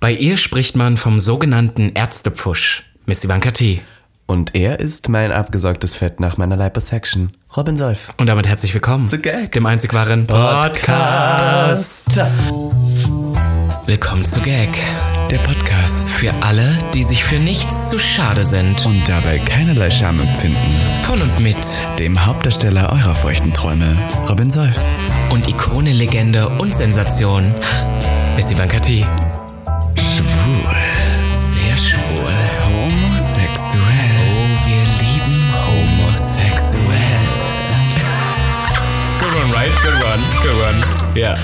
Bei ihr spricht man vom sogenannten Ärztepfusch. Miss Ivanka T. Und er ist mein abgesorgtes Fett nach meiner Liposuction. Robin Solf. Und damit herzlich willkommen The Gag. dem einzig wahren Podcast. Willkommen zu Gag, der Podcast für alle, die sich für nichts zu schade sind. und dabei keinerlei Scham empfinden. Von und mit Dem Hauptdarsteller eurer feuchten Träume, Robin Solf. und Ikone, Legende und Sensation. Miss Ivanka T. Schwul, Sehr schwul. homosexuell, Oh, wir lieben homosexuell. Good one, right? Good one, good one. Ja.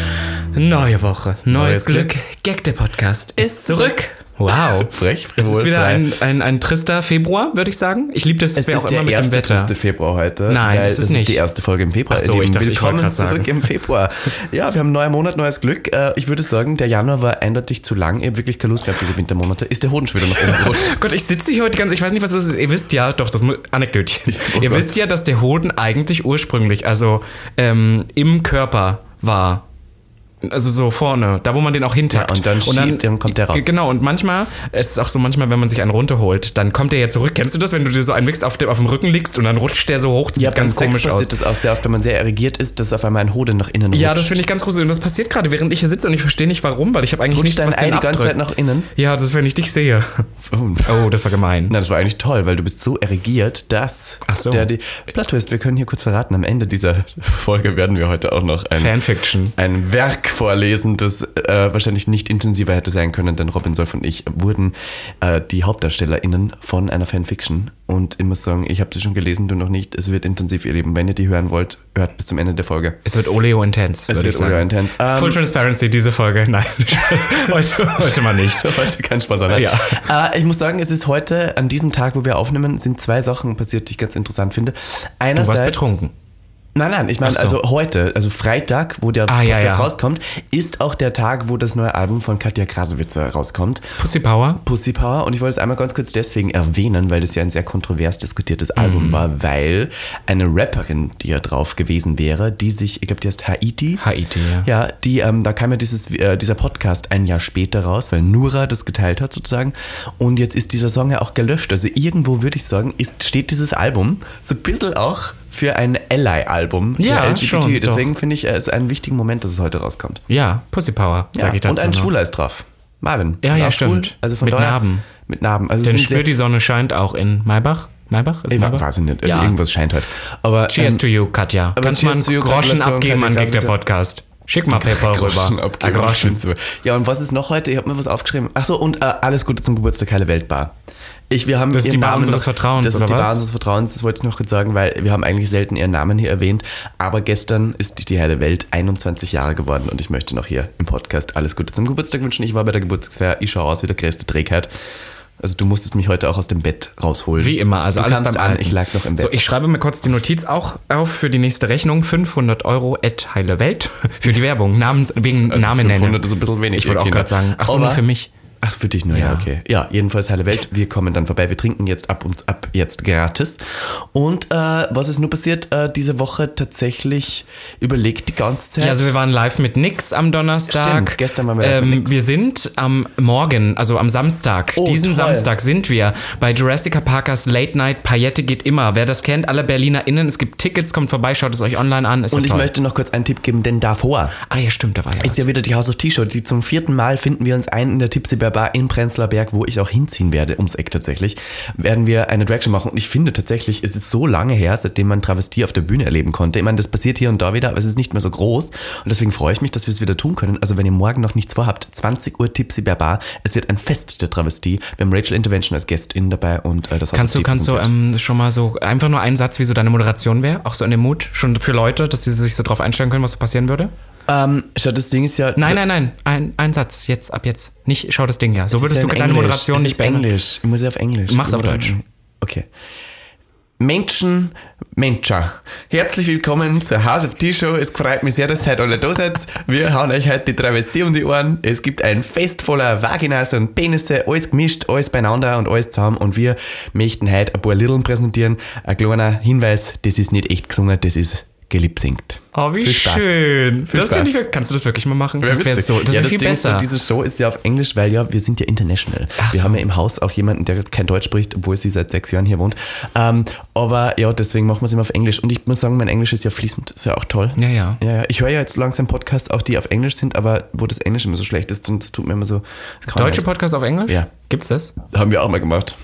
Neue Woche, neues Neues Glück. Gag, der Podcast ist zurück. Wow. Frech, Es ist wieder frivolfrei. ein, ein, ein trister Februar, würde ich sagen. Ich liebe das, dass Es wir auch ist immer der mit dem erste Wetter. triste Februar heute. Nein, weil es ist es nicht. ist die erste Folge im Februar. Ach so, ihr ich Lieben. dachte, ich Willkommen wollte grad zurück sagen. im Februar. Ja, wir haben einen neuen Monat, neues Glück. Äh, Ich würde sagen, der Januar war eindeutig zu lang. Ich habe wirklich keine Lust mehr auf diese Wintermonate. Ist der Hoden schon wieder nach oben gerutscht? Gott, ich sitze hier heute ganz, ich weiß nicht, was los ist. Ihr wisst ja, doch, das mu- Anekdötchen. Oh Ihr Gott. wisst ja, dass der Hoden eigentlich ursprünglich, also ähm, im Körper war. Also so vorne, da wo man den auch hintackt. Ja, und dann schiebt, dann kommt der raus. G- Genau, und manchmal, es ist auch so manchmal, wenn man sich einen runterholt, dann kommt der ja zurück. Kennst du das, wenn du dir so einen Wichs auf dem, auf dem Rücken liegst und dann rutscht der so hoch? Das sieht ganz beim Sex komisch aus. passiert das auch sehr oft, wenn man sehr erregiert ist, dass auf einmal ein Hoden nach innen Ja, das rutscht. finde ich ganz gruselig. Und das passiert gerade, während ich hier sitze und ich verstehe nicht warum, weil ich habe eigentlich Rutscht nichts, dein was Ei den die ganze Zeit abdrückt. nach innen? Ja, das, wenn ich dich sehe. Oh. Oh, das war gemein. Nein, das war eigentlich toll, weil du bist so erregiert, dass Ach so. der die Plato ist. Wir können hier kurz verraten, am Ende dieser Folge werden wir heute auch noch ein, Fanfiction. ein Werk vorlesen, das äh, wahrscheinlich nicht intensiver hätte sein können, denn Robin Solf und ich wurden äh, die HauptdarstellerInnen von einer Fanfiction. Und ich muss sagen, ich habe sie schon gelesen, du noch nicht. Es wird intensiv, ihr Lieben. Wenn ihr die hören wollt, hört bis zum Ende der Folge. Es wird Oleo intens. Es würde wird ich sagen. ultra intens. Ähm, Full Transparency, diese Folge. Nein, heute, heute mal nicht. Heute kein Sponsor, ne? Ja. Äh, ich muss sagen, es ist heute, an diesem Tag, wo wir aufnehmen, sind zwei Sachen passiert, die ich ganz interessant finde. Du Einerseits, warst betrunken. Nein, nein, ich meine, Ach so. also heute, also Freitag, wo der Ah, ja, Podcast ja. rauskommt, ist auch der Tag, wo das neue Album von Katja Krasowitzer rauskommt. Pussy Power. Pussy Power. Und ich wollte es einmal ganz kurz deswegen erwähnen, weil das ja ein sehr kontrovers diskutiertes Mhm. Album war, weil eine Rapperin, die ja drauf gewesen wäre, die sich, ich glaube, die heißt Haiti. Haiti, ja. Ja, die, ähm, da kam ja dieses, äh, dieser Podcast ein Jahr später raus, weil Nura das geteilt hat sozusagen. Und jetzt ist dieser Song ja auch gelöscht. Also irgendwo würde ich sagen, ist, steht dieses Album so ein bisschen auch für ein Ally-Album der Ja, LGBT. schon, Deswegen finde ich äh, es einen wichtigen Moment, dass es heute rauskommt. Ja, Pussy Power, sag Ja, ich dazu. und ein nur. Schwuler ist drauf. Marvin. Ja, Und ja, auch schwul. stimmt. Also von Mit daher, Narben. Mit Narben. Also es Denn sind sehr- spür die Sonne scheint auch in Maybach. Maybach ist Ich Maybach? weiß ich nicht. Also ja. irgendwas scheint heute. Aber, Cheers ähm, to you, Katja. Kannst mal einen cheers to you, Groschen Gratulation, abgeben Katja an Gag der Krasnitzer. Podcast. Schick mal PayPal Groschen rüber. abgeben. Ein Groschen. Ja, und was ist noch heute? Ich habe mir was aufgeschrieben. Achso, und äh, alles Gute zum Geburtstag, Heile Weltbar. Ich, wir haben Das ist ihren die Bar Namen unseres noch- Vertrauens, Das oder ist die was? Bar unseres Vertrauens, das wollte ich noch kurz sagen, weil wir haben eigentlich selten ihren Namen hier erwähnt. Aber gestern ist die Heile Welt 21 Jahre geworden und ich möchte noch hier im Podcast alles Gute zum Geburtstag wünschen. Ich war bei der Geburtstagsfeier, ich schaue aus wie der größte Trägheit. Also du musstest mich heute auch aus dem Bett rausholen. Wie immer, also du alles kamst beim an, Alten. ich lag noch im Bett. So, ich schreibe mir kurz die Notiz auch auf für die nächste Rechnung. 500 Euro at heile Welt für die Werbung. Namens, wegen Namen nennen. 500 Also ist ein bisschen wenig, Ich wollte ihr auch Kinder. gerade sagen. Ach so, Aber- nur für mich. Ach, für dich nur, ja. Ja. okay. Ja, jedenfalls heile Welt. Wir kommen dann vorbei. Wir trinken jetzt ab und ab jetzt gratis. Und äh, was ist nur passiert? Äh, diese Woche tatsächlich überlegt die ganze Zeit. Ja, also wir waren live mit Nix am Donnerstag. Stimmt, gestern waren wir live mit ähm, Nix. Wir sind am Morgen, also am Samstag, Oh, diesen toll. Samstag sind wir bei Jurassic Parkers Late Night Paillette geht immer. Wer das kennt, alle BerlinerInnen, es gibt Tickets, kommt vorbei, schaut es euch online an. Es und wird ich toll. möchte noch kurz einen Tipp geben, denn davor Ah ja, stimmt, da war ja ist was. ja wieder die House of T-Show. Die zum vierten Mal finden wir uns ein in der Tipsiber Bar in Prenzlauer Berg, wo ich auch hinziehen werde, ums Eck tatsächlich, werden wir eine Drag Show machen. Und ich finde tatsächlich, es ist so lange her, seitdem man Travestie auf der Bühne erleben konnte. Ich meine, das passiert hier und da wieder, aber es ist nicht mehr so groß. Und deswegen freue ich mich, dass wir es wieder tun können. Also wenn ihr morgen noch nichts vorhabt, 20 Uhr Tipsiber Bar. Es wird ein Fest der Travestie. Wir haben Rachel Intervention als Gästin dabei und äh, das House Kannst of du, T kannst du präsentiert. ähm, schon mal so einfach nur einen Satz, wie so deine Moderation wäre? Auch so in dem Mut? Schon für Leute, dass sie sich so drauf einstellen können, was so passieren würde? Ähm, schau, das Ding ist ja... Nein, nein, nein. Ein, ein Satz. Jetzt, ab jetzt. Nicht, schau das Ding ja. So Es ist würdest ja du in deine Englisch. Moderation es nicht ist beenden. Englisch. Ich muss ja auf Englisch. Mach's Ich auf muss Deutsch. Okay. Menschen, Menscher, herzlich willkommen zur House of Tea Show. Es freut mich sehr, dass ihr heute alle da seid. Wir hauen euch heute die Travestie um die Ohren. Es gibt ein Fest voller Vaginas und Penisse, alles gemischt, alles beieinander und alles zusammen. Und wir möchten heute ein paar Litteln präsentieren. Ein kleiner Hinweis, das ist nicht echt gesungen, das ist gelipsingt. Oh, wie Viel Spaß. schön. Viel das Spaß. find ich, wirklich- kannst du das wirklich mal machen? das wäre witzig. so, das ja, wär das viel Ding besser. Ist, so, diese Show ist ja auf Englisch, weil ja, wir sind ja international. Ach wir so. haben ja im Haus auch jemanden, der kein Deutsch spricht, obwohl sie seit sechs Jahren hier wohnt. Ähm, aber ja, deswegen machen wir es immer auf Englisch. Und ich muss sagen, mein Englisch ist ja fließend. Ist ja auch toll. Ja, ja. Ja, ja. Ich höre ja jetzt langsam Podcasts, auch die auf Englisch sind, aber wo das Englisch immer so schlecht ist, und das tut mir immer so. das kann man Deutsche Podcast auf Englisch? Ja. Gibt's das? nicht. Haben wir auch mal gemacht.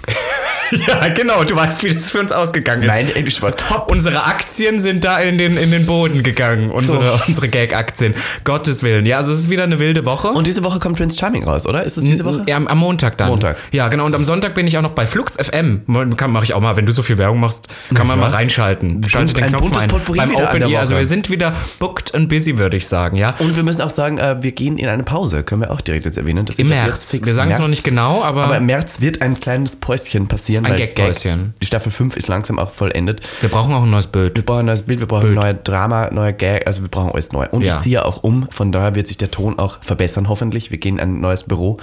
Ja, genau. Du weißt, wie das für uns ausgegangen ist. Mein Englisch war top. Unsere Aktien sind da in den, in den Boden gegangen. Unsere, unsere Gag-Aktien. Gottes Willen. Ja, also es ist wieder eine wilde Woche. Und diese Woche kommt Prince Charming raus, oder? Ist es diese Woche? Ja, am, am Montag dann. Montag. Ja, genau. Und am Sonntag bin ich auch noch bei Flux FM. Man Kann, mache ich auch mal, wenn du so viel Werbung machst, kann man mal reinschalten. Schalte den ein Knopf buntes ein. Potpourri Beim wieder an Open der Ear. Also Woche. wir sind wieder booked and busy, würde ich sagen, ja. Und wir müssen auch sagen, äh, wir gehen in eine Pause. Können wir auch direkt jetzt erwähnen. Das Im ist ab März. 6. Wir sagen es noch März. nicht genau, aber, Aber im März wird ein kleines Päuschen passieren. Ein weil Gag-Päuschen. Gag- Die Staffel 5 ist langsam auch vollendet. wir brauchen auch ein neues Bild. Wir brauchen ein neues Bild, wir brauchen neue Drama, neue Gag, also wir brauchen alles neu. Und Ja. ich ziehe auch um, von daher wird sich der Ton auch verbessern, hoffentlich. Wir gehen in ein neues Büro.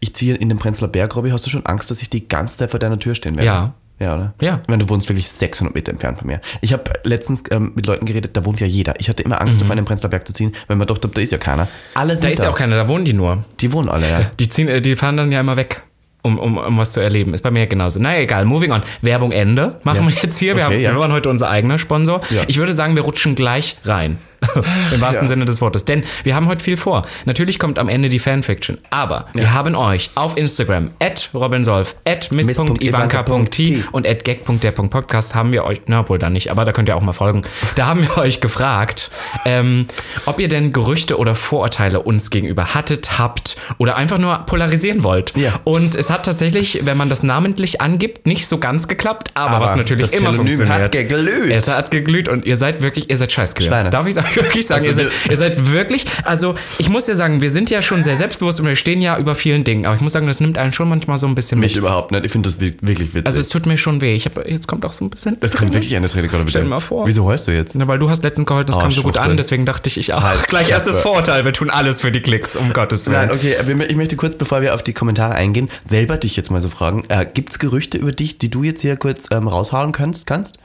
Ich ziehe in den Prenzler Berg, Robby. Hast du schon Angst, dass ich die ganze Zeit vor deiner Tür stehen werde? Ja. Ja, oder? Ja. Ich meine, du wohnst wirklich 600 Meter entfernt von mir. Ich habe letztens ähm, mit Leuten geredet, da wohnt ja jeder. Ich hatte immer Angst, auf einen Prenzler Berg zu ziehen, weil man dachte, da ist ja keiner. Alle sind Mhm. Da ist ja auch keiner, da wohnen die nur. Die wohnen alle, ja. Die, ziehen, äh, die fahren dann ja immer weg, um, um, um was zu erleben. Ist bei mir genauso. Na egal, moving on. Werbung Ende machen Ja. wir jetzt hier. Wir, Okay, haben, ja. wir waren heute unser eigener Sponsor. Ja. Ich würde sagen, wir rutschen gleich rein. Im wahrsten Ja. Sinne des Wortes. Denn wir haben heute viel vor. Natürlich kommt am Ende die Fanfiction. Aber wir haben euch auf Instagram, at robinsolf, at miss.ivanka.t miss.ivanka.t und at gag.der.podcast haben wir euch, na wohl da nicht, aber da könnt ihr auch mal folgen, da haben wir euch gefragt, ähm, ob ihr denn Gerüchte oder Vorurteile uns gegenüber hattet, habt oder einfach nur polarisieren wollt. Ja. Und es hat tatsächlich, wenn man das namentlich angibt, nicht so ganz geklappt, aber, Aber was natürlich das immer Telonym funktioniert. hat geglüht. Es hat geglüht und ihr seid wirklich, ihr seid Scheißkühe. Schweine. Darf ich es wirklich sagen? Also ihr, seid, ihr seid wirklich, also ich muss ja sagen, wir sind ja schon sehr selbstbewusst und wir stehen ja über vielen Dingen, aber ich muss sagen, das nimmt einen schon manchmal so ein bisschen mit. Mich überhaupt nicht. Ich finde das wi- wirklich witzig. Also es tut mir schon weh. Ich hab, jetzt kommt auch so ein bisschen. das kommt wirklich eine Träne gerade Stell dir mal vor. Wieso heulst du jetzt? Na, weil du hast letztens geholfen, das Oh, kam so gut Schwuchtel. an, deswegen dachte ich, ich auch. Halt, Gleich Klappe. erstes Vorurteil, wir tun alles für die Klicks, um Gottes Willen. Nein, okay, äh, wir- ich möchte kurz, bevor wir auf die Kommentare eingehen, selber dich jetzt mal so fragen. Äh, Gibt es Gerüchte über dich, die du jetzt hier kurz ähm, raushauen kannst? kannst?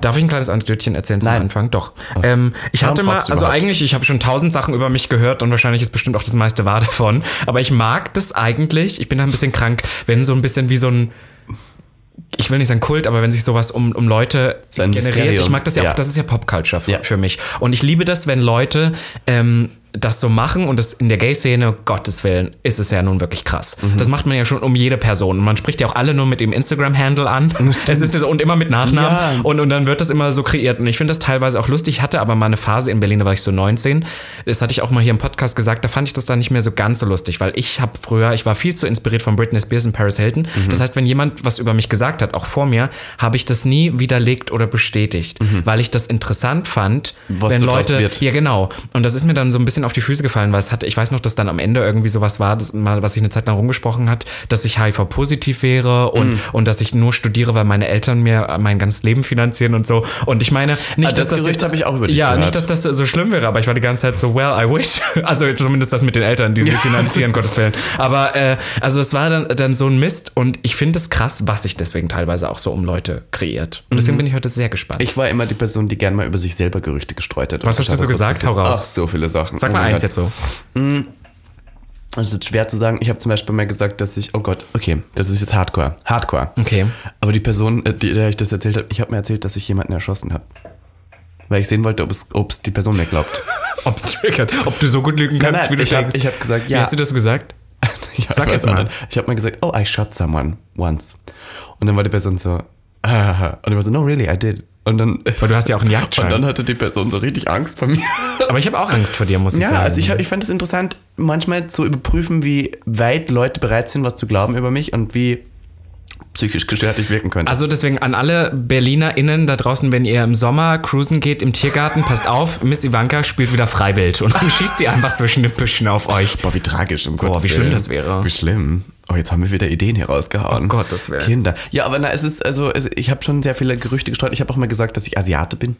Darf ich ein kleines Anekdötchen erzählen zum Nein. Oh. Anfang? Doch. Ähm, ich Warum hatte mal, fragst du also überhaupt? eigentlich, ich habe schon tausend Sachen über mich gehört und wahrscheinlich ist bestimmt auch das meiste wahr davon. Aber ich mag das eigentlich, ich bin da ein bisschen krank, wenn so ein bisschen wie so ein, ich will nicht sagen Kult, aber wenn sich sowas um, um Leute ein generiert. Ich Mysterium. mag das ja, Ja. auch, das ist ja Popculture für, Ja. für mich. Und ich liebe das, wenn Leute ähm, das so machen und das in der Gay-Szene, oh Gottes Willen, ist es ja nun wirklich krass. Mhm. Das macht man ja schon um jede Person. Und man spricht ja auch alle nur mit dem Instagram-Handle an. Es ist ja so, und immer mit Nachnamen. Ja. Und, und dann wird das immer so kreiert. Und ich finde das teilweise auch lustig. Ich hatte aber mal eine Phase in Berlin, da war ich so 19. Das hatte ich auch mal hier im Podcast gesagt. Da fand ich das dann nicht mehr so ganz so lustig, weil ich habe früher, ich war viel zu inspiriert von Britney Spears und Paris Hilton. Mhm. Das heißt, wenn jemand was über mich gesagt hat, auch vor mir, habe ich das nie widerlegt oder bestätigt, weil ich das interessant fand, Mhm. Was wenn so draus Leute. wird. Ja, genau. Und das ist mir dann so ein bisschen auf die Füße gefallen, weil es hatte, ich weiß noch, dass dann am Ende irgendwie sowas war, das mal, was sich eine Zeit lang rumgesprochen hat, dass ich HIV-positiv wäre Mhm. und, und dass ich nur studiere, weil meine Eltern mir mein ganzes Leben finanzieren und so. Und ich meine, nicht, dass Ah, das das. Gerücht jetzt- hab ich auch über dich Ja, gehört. nicht, dass das so schlimm wäre, aber ich war die ganze Zeit so, well, I wish. Also zumindest das mit den Eltern, die sie finanzieren, Gottes Willen. Aber äh, also es war dann, dann so ein Mist und ich finde es krass, was sich deswegen teilweise auch so um Leute kreiert. Und deswegen bin ich heute sehr gespannt. Mhm. Ich war immer die Person, die gerne mal über sich selber Gerüchte gestreut hat. Was hast du so gesagt? Hau raus. Ach, so viele Sachen. Sag Oh mal mein eins Gott. jetzt so. Es ist schwer zu sagen. Ich habe zum Beispiel mal gesagt, dass ich, oh Gott, okay, das ist jetzt Hardcore. Hardcore. Okay. Aber die Person, äh, die, der ich das erzählt habe, ich habe mir erzählt, dass ich jemanden erschossen habe. Weil ich sehen wollte, ob es, ob es die Person mir glaubt. Ob's triggert. Ob du so gut lügen kannst, nein, wie du ich hab- denkst. ich hab gesagt, Wie ja. hast du das so gesagt? Ich hab Sag jetzt was mal. anderes. Ich habe mal gesagt, oh, I shot someone once. Und dann war die Person so, ah. und ich war so, no, really, I did. Und dann, Weil du hast ja auch einen Jagdschein. und dann hatte die Person so richtig Angst vor mir. Aber ich habe auch Angst vor dir, muss ich ja, sagen. also ich, hab, ich fand es interessant, manchmal zu überprüfen, wie weit Leute bereit sind, was zu glauben über mich und wie psychisch gestört ich wirken könnte. Also deswegen an alle BerlinerInnen da draußen, wenn ihr im Sommer cruisen geht, im Tiergarten, passt auf, Miss Ivanka spielt wieder Freiwild und dann schießt sie einfach zwischen den Büschen auf euch. Boah, wie tragisch im Gottes wie schlimm Willen. das wäre. Wie schlimm. Oh, jetzt haben wir wieder Ideen hier rausgehauen. Oh Gott, das wär- Kinder. Ja, aber na, es ist, also, es, ich habe schon sehr viele Gerüchte gestreut. Ich habe auch mal gesagt, dass ich Asiate bin.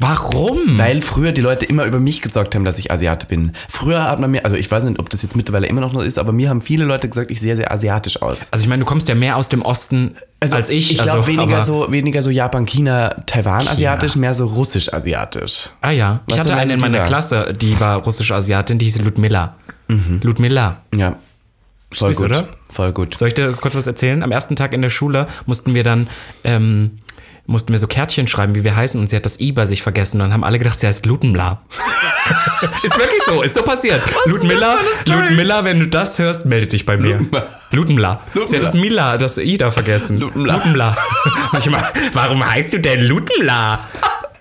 Warum? Weil früher die Leute immer über mich gesagt haben, dass ich Asiate bin. Früher hat man mir, also ich weiß nicht, ob das jetzt mittlerweile immer noch so ist, aber mir haben viele Leute gesagt, ich sehe sehr asiatisch aus. Also ich meine, du kommst ja mehr aus dem Osten Also, als ich. Ich glaube also, weniger, aber- so, weniger so Japan, China, Taiwan asiatisch, mehr so russisch asiatisch. Ah ja, ich Weißt du, hatte eine in also meiner dieser- Klasse, die war russisch-asiatin, die hieß Ludmilla. Mhm. Ludmilla. Ja. Voll Süß, gut. oder? Voll gut. Soll ich dir kurz was erzählen? Am ersten Tag in der Schule mussten wir dann ähm, mussten wir so Kärtchen schreiben, wie wir heißen, und sie hat das I bei sich vergessen. Und dann haben alle gedacht, sie heißt Ludenmla. ist wirklich so, ist so passiert. Ludmilla, Ludmilla, wenn du das hörst, melde dich bei mir. Ludenmla. Sie Ludenmla. hat das Mila, das I da vergessen. Ludenmla. Ludenmla. Und ich immer, warum heißt du denn Ludenmla?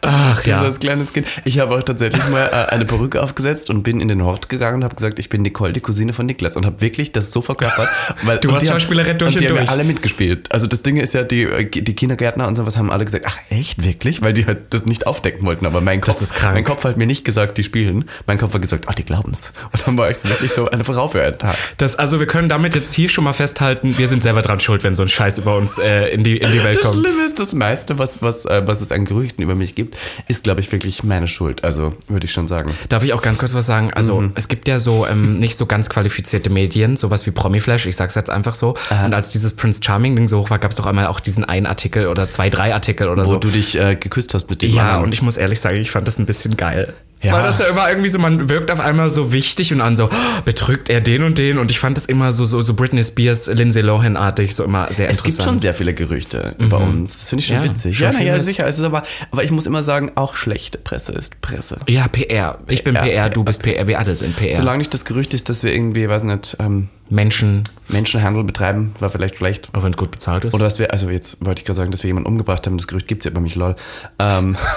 Ach Ja. ja. Als kleines Kind. Ich habe auch tatsächlich mal äh, eine Perücke aufgesetzt und bin in den Hort gegangen und habe gesagt, ich bin Nicole, die Cousine von Niklas und habe wirklich das so verkörpert. Weil, Du und warst die haben- Schauspielerin durch und die und haben ja durch. alle mitgespielt. Also das Ding ist ja, die, äh, die Kindergärtner und sowas haben alle gesagt, ach echt, wirklich? Weil die halt das nicht aufdecken wollten. Aber mein Kopf, ist krank. Mein Kopf hat mir nicht gesagt, die spielen. Mein Kopf hat gesagt, ach, die glauben's. Und dann war ich wirklich so eine Frau für einen Tag. Das, also wir können damit jetzt hier schon mal festhalten, wir sind selber dran schuld, wenn so ein Scheiß über uns äh, in, die, in die Welt Das kommt. Schlimme ist, das meiste, was, was, äh, was es an Gerüchten über mich gibt, ist, glaube ich, wirklich meine Schuld. Also würde ich schon sagen. Darf ich auch ganz kurz was sagen? Also, Mhm. es gibt ja so ähm, nicht so ganz qualifizierte Medien, sowas wie Promiflash, ich sag's jetzt einfach so. Äh. Und als dieses Prince Charming-Ding so hoch war, gab's doch einmal auch diesen einen Artikel oder zwei, drei Artikel oder Wo so. du dich äh, geküsst hast mit dem Ja, Mann. und ich muss ehrlich sagen, ich fand das ein bisschen geil. Ja. Weil das ja immer irgendwie so, man wirkt auf einmal so wichtig und an so, oh, betrügt er den und den. Und ich fand das immer so, so, so Britney Spears, Lindsay Lohan-artig, so immer sehr Es gibt schon interessant. Mhm. sehr viele Gerüchte über uns. Das finde ich schon Ja, witzig. schon Ja, na, ja, vieles. sicher. Es ist aber, aber ich muss immer sagen, auch schlechte Presse ist Presse. ja, PR. Ich bin PR, du bist PR, wir alle sind PR. Solange nicht das Gerücht ist, dass wir irgendwie, weiß nicht, ähm, Menschen, Menschenhandel betreiben, war vielleicht schlecht. auch wenn es gut bezahlt ist. Oder dass wir, also jetzt wollte ich gerade sagen, dass wir jemanden umgebracht haben. Das Gerücht gibt es ja über mich, lol. Ähm,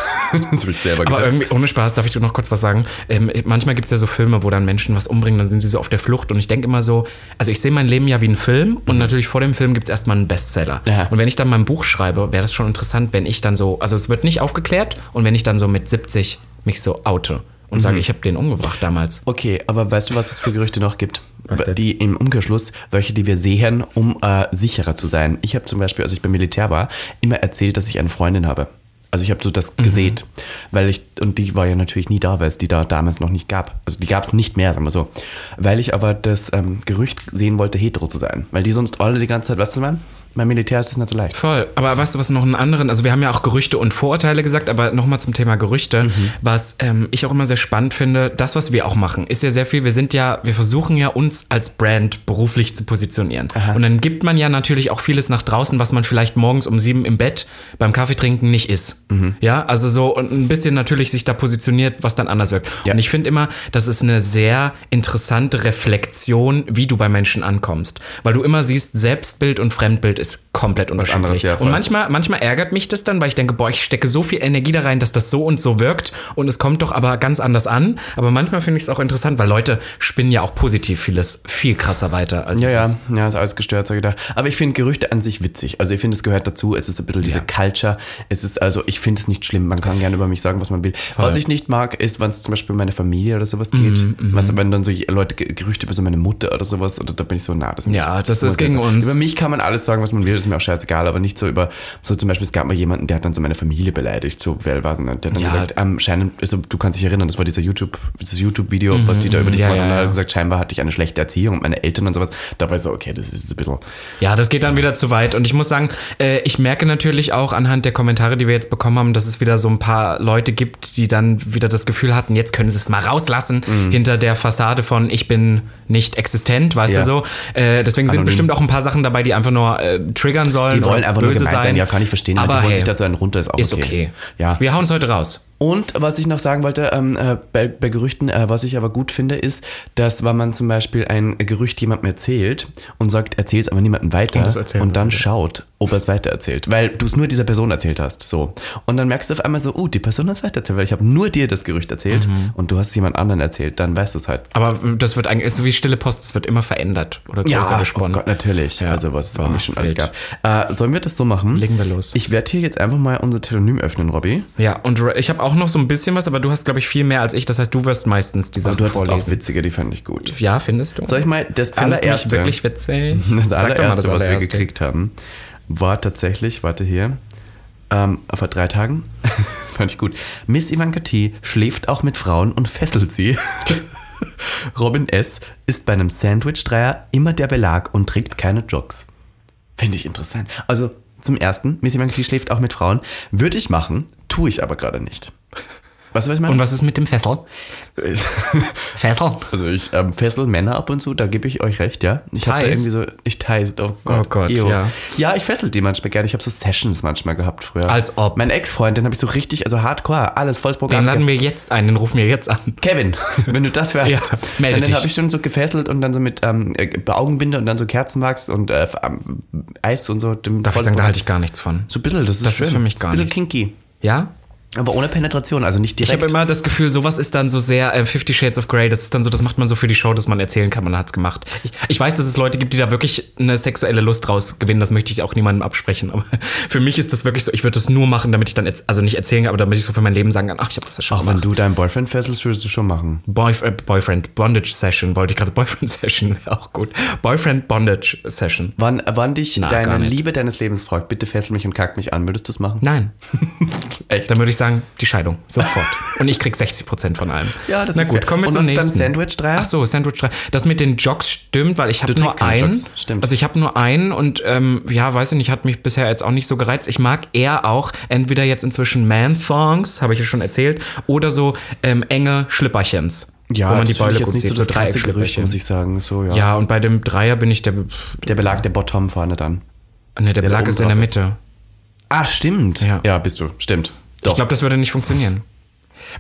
das habe ich selber Aber gesetzt. irgendwie, ohne Spaß, darf ich dir noch kurz was sagen? Ähm, manchmal gibt es ja so Filme, wo dann Menschen was umbringen, dann sind sie so auf der Flucht. Und ich denke immer so, also ich sehe mein Leben ja wie einen Film und natürlich vor dem Film gibt es erstmal einen Bestseller. Mhm. Ja. Und wenn ich dann mein Buch schreibe, wäre das schon interessant, wenn ich dann so, also es wird nicht aufgeklärt und wenn ich dann so mit 70 mich so oute Mhm. und sage, ich habe den umgebracht damals. Okay, aber weißt du, was es für Gerüchte noch gibt? Was denn? Die im Umkehrschluss, welche die wir sehen, um äh, sicherer zu sein. Ich habe zum Beispiel, als ich beim Militär war, immer erzählt, dass ich eine Freundin habe. Also ich habe so Mhm. das gesehen, weil ich und die war ja natürlich nie da, weil es die da damals noch nicht gab. Also die gab es nicht mehr, sagen wir so. Weil ich aber das ähm, Gerücht sehen wollte, hetero zu sein, weil die sonst alle die ganze Zeit, weißt du, mein, mein Militär ist das nicht so leicht. Voll. Aber weißt du, was noch einen anderen, also wir haben ja auch Gerüchte und Vorurteile gesagt, aber nochmal zum Thema Gerüchte, was ähm, ich auch immer sehr spannend finde, das, was wir auch machen, ist ja sehr viel, wir sind ja, wir versuchen ja uns als Brand beruflich zu positionieren. Und dann gibt man ja natürlich auch vieles nach draußen, was man vielleicht morgens um sieben im Bett beim Kaffee trinken nicht ist. Ja, also so und ein bisschen natürlich sich da positioniert, was dann anders wirkt. Ja. Und ich finde immer, das ist eine sehr interessante Reflexion, wie du bei Menschen ankommst. Weil du immer siehst, Selbstbild und Fremdbild ist komplett unterschiedlich. anderes, ja, voll. und manchmal, manchmal ärgert mich das dann, weil ich denke, boah, ich stecke so viel Energie da rein, dass das so und so wirkt und es kommt doch aber ganz anders an. Aber manchmal finde ich es auch interessant, weil Leute spinnen ja auch positiv vieles viel krasser weiter als Ja, es ja, ist. ja, ist alles gestört, sag ich da. Aber ich finde Gerüchte an sich witzig. Also ich finde, es gehört dazu. Es ist ein bisschen diese Culture. Es ist, also ich finde es nicht schlimm. Man kann gerne über mich sagen, was man will. Was ich nicht mag, ist, wenn es zum Beispiel um meine Familie oder sowas geht. Mhm, weißt du, wenn dann so Leute Ge- Gerüchte über so meine Mutter oder sowas, oder da bin ich so, nah. Das Ja, das muss ist jetzt gegen sein. uns. Über mich kann man alles sagen, was man will. Das ist mir auch scheißegal. Aber nicht so über, so zum Beispiel, es gab mal jemanden, der hat dann so meine Familie beleidigt. So, wer war es denn? Der hat dann Ja. gesagt, ähm, scheinbar, also du kannst dich erinnern, das war dieser YouTube, dieses YouTube-Video, was die da über dich Ja, machen. ja, Und dann hat er ja. gesagt, scheinbar hatte ich eine schlechte Erziehung und meine Eltern und sowas. Da war ich so, okay, das ist ein bisschen. Ja, das geht dann wieder zu weit. Und ich muss sagen, äh, ich merke natürlich auch anhand der Kommentare, die wir jetzt bekommen haben, dass es wieder so ein paar Leute gibt, die dann wieder das Gefühl hatten, jetzt können sie es mal rauslassen Mhm. hinter der Fassade von ich bin nicht existent, weißt Ja. du so. Äh, deswegen sind bestimmt auch ein paar Sachen dabei, die einfach nur äh, triggern sollen. Die wollen oder einfach nur böse gemein sein. ja, kann ich verstehen. Aber die wollen hey, sich dazu einen runter, ist auch ist okay. okay. Ja. Wir hauen es heute raus. Und was ich noch sagen wollte, ähm, äh, bei, bei Gerüchten, äh, was ich aber gut finde, ist, dass wenn man zum Beispiel ein Gerücht jemandem erzählt und sagt, erzähl es aber niemandem weiter das erzählen und dann wir. schaut, ob er es weitererzählt, weil du es nur dieser Person erzählt hast. So. Und dann merkst du auf einmal so, oh, die Person hat es weitererzählt, weil ich habe nur dir das Gerücht erzählt Mhm. und du hast es jemand anderen erzählt, dann weißt du es halt. Aber das wird eigentlich, ist so wie stille Post, es wird immer verändert oder größer gesponnen. Oh Gott, natürlich. Ja. Also was es bei Boah, mir schon alles wild. gab. Äh, sollen wir das so machen? Legen wir los. Ich werde hier jetzt einfach mal unser Telonym öffnen, Robby. Ja, und ich habe auch noch so ein bisschen was, aber du hast, glaube ich, viel mehr als ich. Das heißt, du wirst meistens die Sachen Du hattest auch vorlesen. witzige, die fand ich gut. Ja, findest du? Soll ich mal Findest das du mich allererste, wirklich witzig? das Sag doch mal allererste was wir allererste. gekriegt haben, war tatsächlich, warte hier, ähm, vor drei Tagen, fand ich gut, Miss Ivanka T. schläft auch mit Frauen und fesselt sie. Robin S. ist bei einem Sandwich-Dreier immer der Belag und trägt keine Jogs. Finde ich interessant. Also, Zum ersten, Missy Monkey schläft auch mit Frauen. Würde ich machen, tue ich aber gerade nicht. Weißt du, was ich meine? Und was ist mit dem Fessel? Fessel? Also ich ähm, fessel Männer ab und zu, da gebe ich euch recht, ja. Ich habe da Thais? irgendwie so, ich teise, oh Gott. Oh Gott, ja. Ja, ich fessel die manchmal gerne. Ich habe so Sessions manchmal gehabt früher. Als ob. Mein Ex-Freund, den habe ich so richtig, also hardcore, alles volles Programm. Den laden gef- wir jetzt ein, den rufen wir jetzt an. Kevin, wenn du das hörst, Ja, melde dann dich. habe ich schon so gefesselt und dann so mit ähm, äh, Augenbinde und dann so Kerzenwachs und äh, ähm, Eis und so. Dem Darf ich volles sagen, da Programm. halte ich gar nichts von. So ein bisschen, das ist Das ist schön. für mich Das gar ein bisschen nicht. kinky. Ja? Aber ohne Penetration, also nicht Ich direkt. habe immer das Gefühl, sowas ist dann so sehr äh, Fifty Shades of Grey. Das ist dann so, das macht man so für die Show, dass man erzählen kann, man hat's gemacht. Ich, ich weiß, dass es Leute gibt, die da wirklich eine sexuelle Lust draus gewinnen. Das möchte ich auch niemandem absprechen. Aber für mich ist das wirklich so, ich würde das nur machen, damit ich dann, erz- also nicht erzählen, kann, aber damit ich so für mein Leben sagen kann, ach, ich habe das ja schon auch wenn gemacht. du deinen Boyfriend fesselst, würdest du schon machen. Boyf äh, Boyfriend Bondage Session, wollte ich gerade Boyfriend Session, wäre auch gut. Boyfriend Bondage Session. Wann, wann dich Na, deine gar nicht. Liebe deines Lebens fragt, bitte fessel mich und kack mich an, würdest du es machen? Nein. Echt? Dann würde ich sagen, die Scheidung. Sofort. Und ich krieg 60% von allem. Ja, das Na ist gut, fair. kommen wir Und zum was ist beim nächsten. Sandwich-Dreier? Ach so, Sandwich 3. Das mit den Jogs stimmt, weil ich habe Du trägst nur keine einen. Jogs, stimmt. Also ich habe nur einen und ähm, ja, weiß ich nicht, hat mich bisher jetzt auch nicht so gereizt. Ich mag eher auch entweder jetzt inzwischen Man-Thongs, habe ich ja schon erzählt, oder so ähm, enge Schlipperchens. wo man die das finde Beule ich jetzt gut nicht sieht, so so, das krasse Gerücht, muss Dreieckschlipperchen. ich sagen. So, ja. Ja, und bei dem Dreier bin ich der. Der Belag, der Bottom vorne dann. Ne, der, da Belag oben ist in der drauf ist. Mitte. Ah, stimmt. Ja. bist du. Stimmt. Doch. Ich glaube, das würde nicht funktionieren.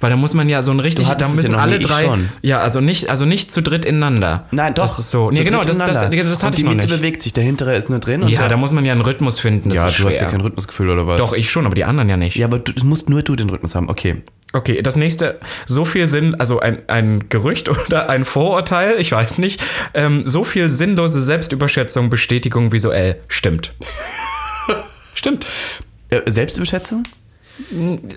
Weil da muss man ja so ein richtig, Du hattest da es müssen ja noch alle nie, ich drei, schon. ja, also nicht, also nicht zu dritt ineinander. Nein, doch. Das ist so. Nee, Zu genau, dritt das, das, das, ineinander. das und hatte die ich noch Mitte nicht. bewegt sich, der hintere ist nur drin. und Ja, der- da muss man ja einen Rhythmus finden, das ja ist du schwer. hast ja kein Rhythmusgefühl oder was? Doch, ich schon, aber die anderen ja nicht. Ja, aber du du musst nur du den Rhythmus haben. Okay. Okay, das nächste, so viel Sinn, also ein, ein Gerücht oder ein Vorurteil, ich weiß nicht, ähm, so viel sinnlose Selbstüberschätzung, Bestätigung visuell, stimmt. stimmt. Äh, Selbstüberschätzung?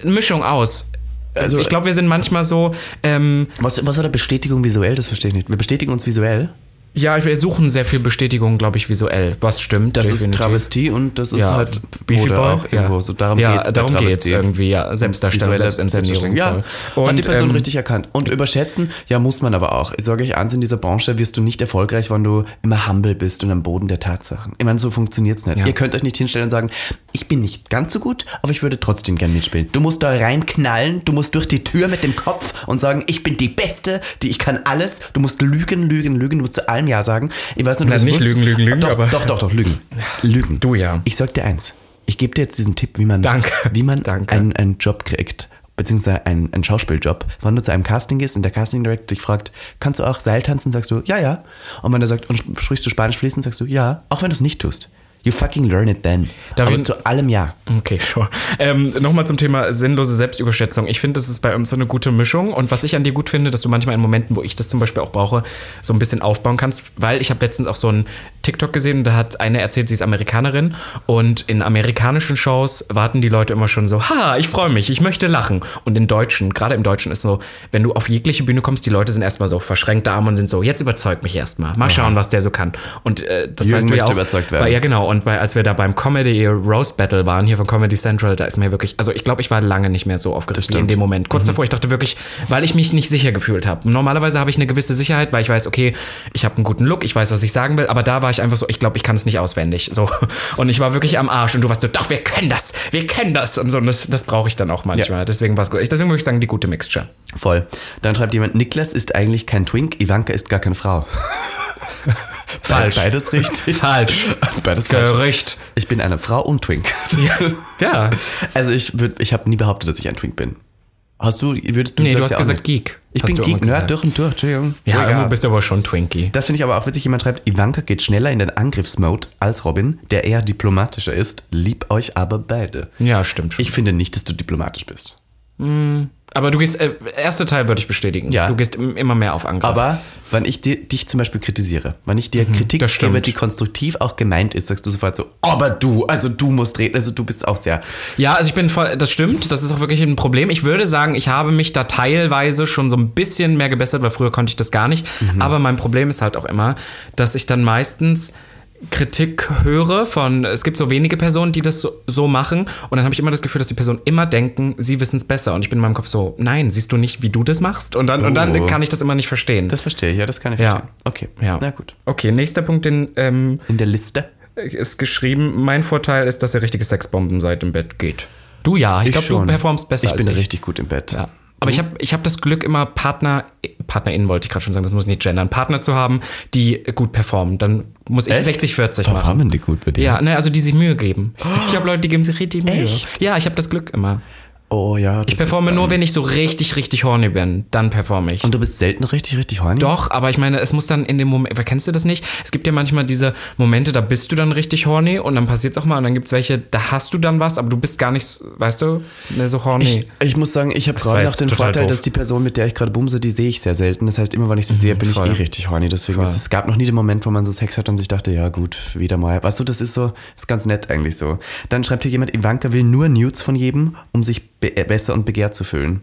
Mischung aus. Also- Also, ich glaube, wir sind manchmal so, ähm, Was, was war da Bestätigung visuell? Das verstehe ich nicht. Wir bestätigen uns visuell. Ja, wir suchen sehr viel Bestätigung, glaube ich, visuell. Was stimmt? Das ist definitiv. Travestie und das ist Ja, halt Beefy Mode Boy, auch irgendwo. So, darum ja, geht's bei darum geht's Travestie. irgendwie, ja. Selbstdarstellung, Visuelle Selbstinszenierung. Selbstdarstellung. Ja, voll. hat die Person ähm, richtig erkannt. Und überschätzen, ja, muss man aber auch. Ich sage euch eins, in dieser Branche wirst du nicht erfolgreich, wenn du immer humble bist und am Boden der Tatsachen. Ich meine, so funktioniert's nicht. Ja. Ihr könnt euch nicht hinstellen und sagen, ich bin nicht ganz so gut, aber ich würde trotzdem gern mitspielen. Du musst da reinknallen, du musst durch die Tür mit dem Kopf und sagen, ich bin die Beste, die ich kann alles. Du musst lügen, lügen, lügen, du musst zu allem Ja sagen. Ich weiß nicht, Na, was du nicht musst. lügen, lügen, lügen, doch, aber- Doch, doch, doch, lügen. Lügen. Du ja. Ich sag dir eins. Ich gebe dir jetzt diesen Tipp, wie man, Danke. Wie man Danke. Einen, einen Job kriegt, beziehungsweise einen, einen Schauspieljob. Wenn du zu einem Casting gehst und der Casting Director dich fragt, kannst du auch Seil tanzen, sagst du, ja, ja. Und wenn er sagt, und sp- sprichst du Spanisch fließend, sagst du, ja, auch wenn du es nicht tust. You fucking learn it then. Darf Aber ich- zu allem ja. Okay, sure. Ähm, Nochmal zum Thema sinnlose Selbstüberschätzung. Ich finde, das ist bei uns so eine gute Mischung. Und was ich an dir gut finde, dass du manchmal in Momenten, wo ich das zum Beispiel auch brauche, so ein bisschen aufbauen kannst. Weil ich habe letztens auch so einen TikTok gesehen, da hat eine erzählt, sie ist Amerikanerin. Und in amerikanischen Shows warten die Leute immer schon so, ha, ich freue mich, ich möchte lachen. Und in Deutschen, gerade im Deutschen ist so, wenn du auf jegliche Bühne kommst, die Leute sind erstmal so verschränkte Arme und sind so, jetzt überzeug mich erstmal. Mal schauen, was der so kann. Und äh, das Jürgen weißt du ja möchte auch, überzeugt werden. Bei, ja, genau. Und bei, als wir da beim Comedy Roast Battle waren, hier von Comedy Central, da ist mir wirklich, also ich glaube, ich war lange nicht mehr so aufgeregt wie in stimmt. dem Moment. Kurz davor, ich dachte wirklich, weil ich mich nicht sicher gefühlt habe. Normalerweise habe ich eine gewisse Sicherheit, weil ich weiß, okay, ich habe einen guten Look, ich weiß, was ich sagen will, aber da war ich einfach so, ich glaube, ich kann es nicht auswendig. So. Und ich war wirklich am Arsch und du warst so, doch, wir können das, wir können das. Und so, und das, das brauche ich dann auch manchmal. Deswegen war es gut. Ich- Deswegen würde ich sagen, die gute Mixture. Voll. Dann schreibt jemand, Niklas ist eigentlich kein Twink, Ivanka ist gar keine Frau. Falsch. Beides richtig. Falsch. Also beides falsch. Gerücht. Ich bin eine Frau und Twink. Ja. Also ich würde, ich habe nie behauptet, dass ich ein Twink bin. Hast du, würdest du Nee, du sagst hast ja auch gesagt nicht. Geek. Ich Hast bin du Geek, immer Nerd gesagt. durch und durch, Entschuldigung. Ja, Vollgas. irgendwo bist du aber schon Twinkie. das finde ich aber auch witzig. Jemand schreibt, Ivanka geht schneller in den Angriffsmode als Robin, der eher diplomatischer ist. Lieb euch aber beide. Ja, stimmt schon. Ich finde nicht, dass du diplomatisch bist. Aber du gehst, äh, erste Teil würde ich bestätigen. Ja. Du gehst im- immer mehr auf Angriff. Aber wenn ich dir, dich zum Beispiel kritisiere, wenn ich dir Kritik Mhm, das stimmt. gebe, die konstruktiv auch gemeint ist, sagst du sofort so, aber du, also du musst reden, also du bist auch sehr. ja, also ich bin voll, das stimmt, das ist auch wirklich ein Problem. Ich würde sagen, ich habe mich da teilweise schon so ein bisschen mehr gebessert, weil früher konnte ich das gar nicht. Mhm. Aber mein Problem ist halt auch immer, dass ich dann meistens Kritik höre von, es gibt so wenige Personen, die das so, so machen und dann habe ich immer das Gefühl, dass die Personen immer denken, sie wissen es besser und ich bin in meinem Kopf so, nein, siehst du nicht, wie du das machst? Und dann, und Oh. dann kann ich das immer nicht verstehen. Das verstehe ich, ja, das kann ich Ja. verstehen. Okay, ja. na gut. Okay, nächster Punkt, den ähm, In der Liste. ist geschrieben, mein Vorteil ist, dass ihr richtige Sexbomben seid im Bett geht. Du ja, ich, glaube, schon. du performst besser Ich bin als ich. richtig gut im Bett. Ja. Aber ich habe ich hab das Glück, immer Partner, PartnerInnen wollte ich gerade schon sagen, das muss ich nicht gendern, Partner zu haben, die gut performen. Dann muss ich Echt? 60-40 machen. Performen die gut bei dir? Ja, ne, also die sich Mühe geben. Ich habe Leute, die geben sich richtig Mühe. Ja, ich habe das Glück immer. Oh ja. Ich performe nur, wenn ich so richtig, richtig horny bin. Dann performe ich. Und du bist selten richtig, richtig horny? Doch, aber ich meine, es muss dann in dem Moment, weil kennst du das nicht? Es gibt ja manchmal diese Momente, da bist du dann richtig horny und dann passiert's auch mal und dann gibt's welche, da hast du dann was, aber du bist gar nicht, s- weißt du, mehr so horny. Ich, ich muss sagen, ich war habe gerade noch jetzt den total Vorteil, doof. dass die Person, mit der ich gerade bumse, die sehe ich sehr selten. Das heißt, immer wenn ich sie sehe, bin Mhm, voll. ich eh richtig horny. Deswegen, es, es gab noch nie den Moment, wo man so Sex hat und sich dachte, ja gut, wieder mal. Weißt du, das ist so, ist ganz nett eigentlich so. Dann schreibt hier jemand, Ivanka will nur Nudes von jedem, um sich be äh, besser und begehrt zu fühlen.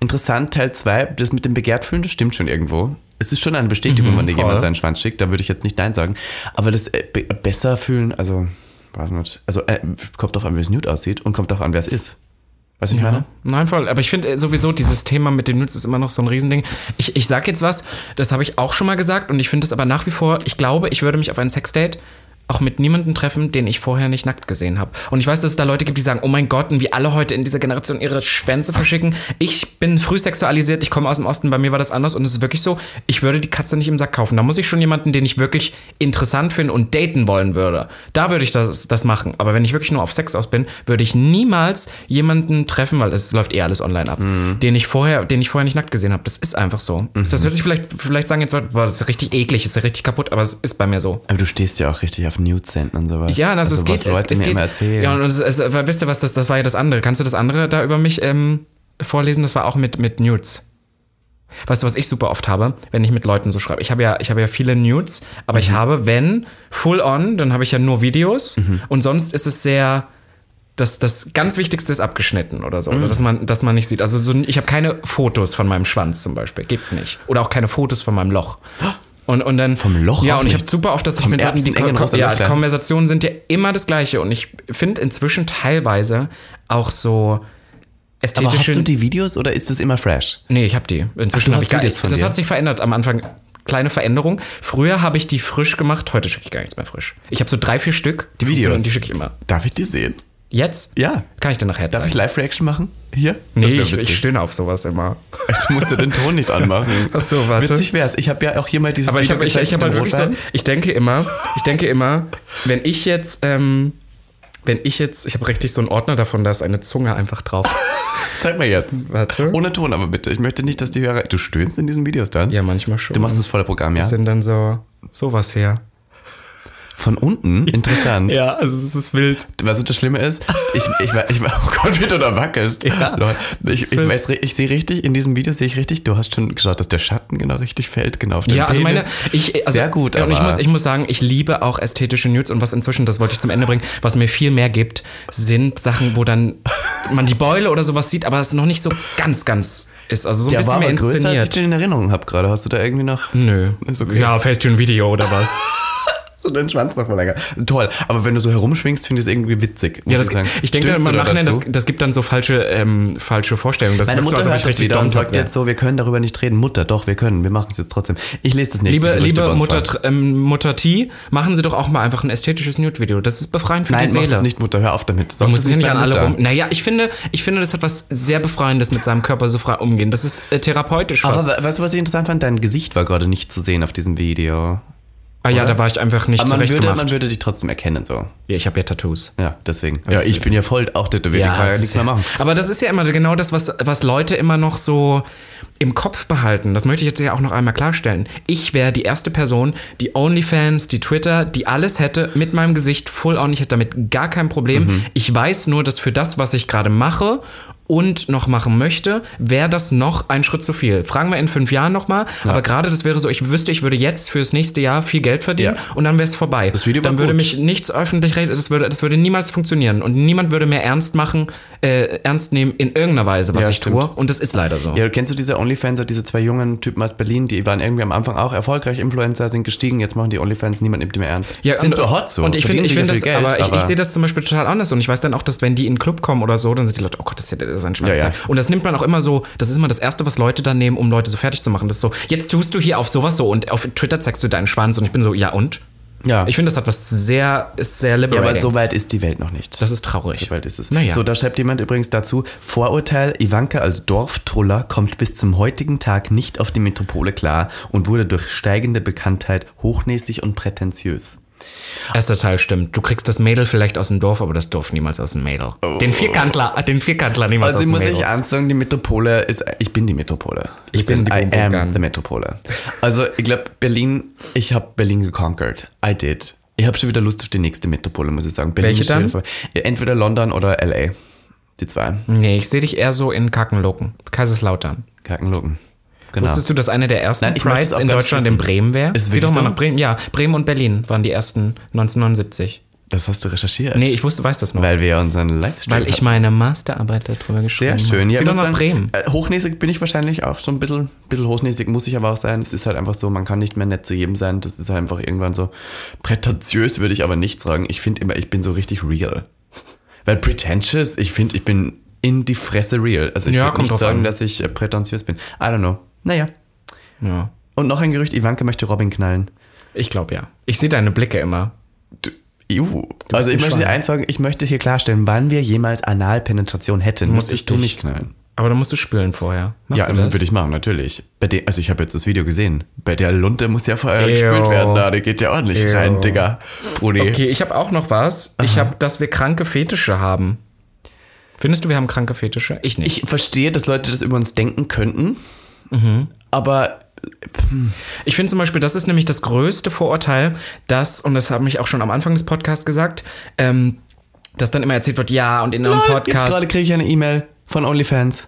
Interessant, Teil 2, das mit dem begehrt fühlen, das stimmt schon irgendwo. Es ist schon eine Bestätigung, wenn dir Mhm, voll. jemand seinen Schwanz schickt, da würde ich jetzt nicht Nein sagen. Aber das äh, be besser fühlen, also, weiß nicht. Also, äh, kommt drauf an, wie es nude aussieht und kommt drauf an, wer es ist. Weißt du, ich meine? ne? Nein, voll. Aber ich finde äh, sowieso, dieses Thema mit den Nudes ist immer noch so ein Riesending. Ich, ich sag jetzt was, das habe ich auch schon mal gesagt und ich finde es aber nach wie vor, ich glaube, ich würde mich auf ein Sexdate auch mit niemandem treffen, den ich vorher nicht nackt gesehen habe. Und ich weiß, dass es da Leute gibt, die sagen, oh mein Gott, und wie alle heute in dieser Generation ihre Schwänze verschicken. Ich bin früh sexualisiert, ich komme aus dem Osten, bei mir war das anders und es ist wirklich so, ich würde die Katze nicht im Sack kaufen. Da muss ich schon jemanden, den ich wirklich interessant finde und daten wollen würde. Da würde ich das, das machen. Aber wenn ich wirklich nur auf Sex aus bin, würde ich niemals jemanden treffen, weil es läuft eh alles online ab, den ich vorher, den ich vorher nicht nackt gesehen habe. Das ist einfach so. Das hört sich vielleicht, vielleicht sagen jetzt Leute, boah, das ist richtig eklig, das ist richtig kaputt, aber es ist bei mir so. Aber du stehst ja auch richtig auf Nude-Senden und sowas. Ja, also, es was geht. Leute es, es mir geht. immer erzählen. Ja, und es, es, weil, wisst ihr was, das, das war ja das andere. Kannst du das andere da über mich ähm, vorlesen? Das war auch mit, mit Nudes. Weißt du, was ich super oft habe, wenn ich mit Leuten so schreibe? Ich habe ja, ich habe ja viele Nudes, aber Mhm. ich habe, wenn, full on, dann habe ich ja nur Videos Mhm. und sonst ist es sehr. Das, das ganz Wichtigste ist abgeschnitten oder so, oder Mhm. dass man, dass man nicht sieht. Also so, ich habe keine Fotos von meinem Schwanz zum Beispiel, gibt's nicht. Oder auch keine Fotos von meinem Loch. Und, und dann Vom Loch Ja, auch und ich nicht. habe super oft, dass ich Vom mit Leuten die Erbsenengen Ko- aus der ja, Löchlein. komm, Konversationen sind ja immer das Gleiche und ich finde inzwischen teilweise auch so aber hast ästhetische. du die Videos oder ist es immer fresh? nee, ich habe die. Inzwischen Ach, du habe hast ich gar Videos von Das dir. hat sich verändert am Anfang. Kleine Veränderung. Früher habe ich die frisch gemacht, heute schicke ich gar nichts mehr frisch. Ich habe so drei, vier Stück. Die Videos? Und die schicke ich immer. Darf ich die sehen? Jetzt? Ja. Kann ich dir nachher Darf ich zeigen? Live-Reaction machen? Hier? Nee, Das wär ich, ich witzig. stöhne auf sowas immer. Du musst ja den Ton nicht anmachen. Ach so, warte. Witzig wär's. Ich habe ja auch hier mal dieses Aber ich Video habe ich, gezeigt ich hab halt mit dem wirklich so, Rotwein. ich denke immer, ich denke immer, wenn ich jetzt, ähm, wenn ich jetzt, ich habe richtig so einen Ordner davon, da ist eine Zunge einfach drauf. Zeig mal jetzt. Warte. Ohne Ton aber bitte. Ich möchte nicht, dass die Hörer... Du stöhnst in diesen Videos dann? Ja, manchmal schon. Du machst das volle Programm, ja? Das sind dann so sowas her. Von unten? Interessant. Ja, also es ist wild. Weißt du, das Schlimme ist, ich, ich, war- ich, war- oh Gott, wie du da wackelst. Ja. Leute, ich, ich, Zwölf. weiß, ich sehe richtig, in diesem Video sehe ich richtig, du hast schon geschaut, dass der Schatten genau richtig fällt, genau auf den Ja, also meine, Penis. ich, also, Sehr gut, ja, aber und ich muss, ich muss sagen, ich liebe auch ästhetische Nudes und was inzwischen, das wollte ich zum Ende bringen, was mir viel mehr gibt, sind Sachen, wo dann man die Beule oder sowas sieht, aber es noch nicht so ganz, ganz ist. Also so ein der bisschen war aber mehr größer, als ich inszeniert. Hm. den in Erinnerung habe gerade. Hast du da irgendwie noch Nö. Ist okay. Ja, Facetune-Video oder was. so den Schwanz noch mal länger? Toll, aber wenn du so herumschwingst, finde ich es irgendwie witzig, muss Ja, das, ich sagen. ich denke dann Stimmst immer du im da Nachhinein, das, dazu? das gibt dann so falsche, ähm, falsche Vorstellungen. Das meine wirkt Mutter so, als ob hört das richtig wieder und dumm sagt wäre. jetzt so, wir können darüber nicht reden. Mutter, doch, wir können, wir machen es jetzt trotzdem. Ich lese das nächste Liebe, Gerüchte bei liebe uns Mutter, vor. Tr- ähm, Mutter T, machen Sie doch auch mal einfach ein ästhetisches Nude-Video. Das ist befreiend für die Nein, mach Seele. das nicht, Mutter, hör auf damit. Sag Du das musst dich nicht an deiner alle Mutter. rum. Naja, ich finde, ich finde, das hat was sehr Befreiendes mit seinem Körper so frei umgehen. Das ist äh, therapeutisch Aber was. we- weißt du, was ich interessant fand? Dein Gesicht war gerade nicht zu sehen auf diesem Video. ah ja, oder? da war ich einfach nicht Aber man zurecht würde, gemacht. man würde dich trotzdem erkennen, so. ja, ich habe ja Tattoos. Ja, deswegen. ja, ich bin ja voll auch tätowiert, ich kann das ja ist nichts mehr machen. Aber das ist ja immer genau das, was, was Leute immer noch so im Kopf behalten. Das möchte ich jetzt ja auch noch einmal klarstellen. Ich wäre die erste Person, die OnlyFans, die Twitter, die alles hätte, mit meinem Gesicht full on. Ich hätte damit gar kein Problem. Mhm. Ich weiß nur, dass für das, was ich gerade mache und noch machen möchte, wäre das noch ein Schritt zu viel. Fragen wir in fünf Jahren nochmal. Aber gerade das wäre so, ich wüsste, ich würde jetzt fürs nächste Jahr viel Geld verdienen Ja. und dann wäre es vorbei. Das Video war dann würde gut. mich nichts öffentlich recht, das würde, das würde niemals funktionieren und niemand würde mehr ernst machen, äh, ernst nehmen in irgendeiner Weise, was Ja, ich stimmt. tue. Und das ist leider so. Ja, kennst du diese Onlyfanser, diese zwei jungen Typen aus Berlin, die waren irgendwie am Anfang auch erfolgreich, Influencer sind gestiegen, jetzt machen die Onlyfans, niemand nimmt die mehr ernst. Ja, sind und, so hot so. Und ich finde, verdienen ich sicher finde das, viel Geld, aber ich, ich sehe das zum Beispiel total anders und ich weiß dann auch, dass wenn die in den Club kommen oder so, dann sind die Leute, oh Gott, das ist ja das ist ein Schmerz. Ja, ja. Und das nimmt man auch immer so, das ist immer das Erste, was Leute dann nehmen, um Leute so fertig zu machen. Das ist so, jetzt tust du hier auf sowas so und auf Twitter zeigst du deinen Schwanz und ich bin so, ja und? Ja. Ich finde, das hat was sehr, ist sehr Ja, liberating. aber so weit ist die Welt noch nicht. das ist traurig. Bald ist es. Naja. So, da schreibt jemand übrigens dazu, Vorurteil, Ivanka als Dorftruller kommt bis zum heutigen Tag nicht auf die Metropole klar und wurde durch steigende Bekanntheit hochnäsig und prätentiös. Erster Teil stimmt. Du kriegst das Mädel vielleicht aus dem Dorf, aber das Dorf niemals aus dem Mädel. Den Vierkantler, den Vierkantler niemals Oh. Also aus dem muss Mädel. ich ansagen, die Metropole ist, ich bin die Metropole. Ich bin die I am Bubengang. the Metropole. Also ich glaube, Berlin, ich habe Berlin geconquered. I did. Ich habe schon wieder Lust auf die nächste Metropole, muss ich sagen. Berlin Welche ist schon dann? wieder vorbei. Ja, Entweder London oder L.A. Die zwei. nee, ich sehe dich eher so in Kackenloken. Kaiserslautern. Kakenlocken. Genau. Wusstest du, dass einer der ersten Nein, ich möchte Prides das auch in gar nicht Deutschland wissen. in Bremen wäre? Ist es Sieh doch wirklich mal so? nach Bremen. Ja, Bremen und Berlin waren die ersten 1979. Das hast du recherchiert. Nee, ich wusste, weiß das noch. Weil, Weil wir unseren Livestream ich meine Masterarbeit darüber geschrieben Sehr habe. schön. Sieh doch nach muss sagen, Bremen. äh, Hochnäsig bin ich wahrscheinlich auch schon ein bisschen, bisschen hochnäsig, muss ich aber auch sein. Es ist halt einfach so, man kann nicht mehr nett zu jedem sein. Das ist halt einfach irgendwann so. Prätentiös würde ich aber nicht sagen. Ich finde immer, ich bin so richtig real. Weil pretentious, ich finde, ich bin in die Fresse real. Also ich Ja, würde kommt nicht drauf sagen, an. dass ich äh, prätentiös bin. I don't know. Naja. Ja. Und noch ein Gerücht, Ivanka möchte Robin knallen. Ich glaube ja. Ich sehe deine Blicke immer. Du, Juhu. Also ein ich möchte Schwein. dir eins sagen, ich möchte hier klarstellen, wann wir jemals Analpenetration hätten, musste ich ich dich. du nicht knallen. Aber da musst du spülen vorher. Machst ja, du das? würde ich machen, natürlich. Bei de, also ich habe jetzt das Video gesehen. Bei der Lunte muss ja vorher Ew. gespült werden, da die geht ja ordentlich Ew. rein, Digga. Oh, Brudi. Okay, ich habe auch noch was. Ich habe, dass wir kranke Fetische haben. Findest du, wir haben kranke Fetische? Ich nicht. Ich verstehe, dass Leute das über uns denken könnten, Mhm. aber Ich finde zum Beispiel, das ist nämlich das größte Vorurteil, dass, und das habe ich auch schon am Anfang des Podcasts gesagt, ähm, dass dann immer erzählt wird, ja, und in einem Lol, jetzt gerade Podcast. kriege ich eine E-Mail von OnlyFans.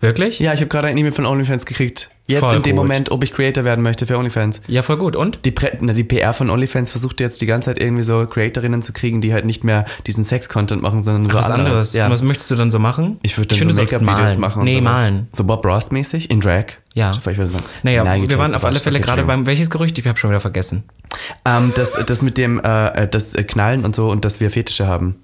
Wirklich? Ja, ich habe gerade eine E-Mail von OnlyFans gekriegt. Jetzt Voll in dem gut. Moment, ob ich Creator werden möchte für OnlyFans. Ja, voll gut. Und? Die, Pre na, die PR von OnlyFans versucht jetzt die ganze Zeit irgendwie so Creatorinnen zu kriegen, die halt nicht mehr diesen Sex-Content machen, sondern so Was anderes. Ja. Und Was möchtest du dann so machen? Ich würde dann finde, so du sollst Make-up-Videos malen. machen. und Nee, sowas. malen. So Bob Ross-mäßig? In Drag? Ja. Ich weiß nicht. Naja, Nein, wir getrunken, waren auf alle Quatsch, Fälle okay, gerade beim, welches Gerücht? Ich habe schon wieder vergessen. Entschuldigung. Ähm, das, das mit dem äh, das Knallen und so und dass wir Fetische haben.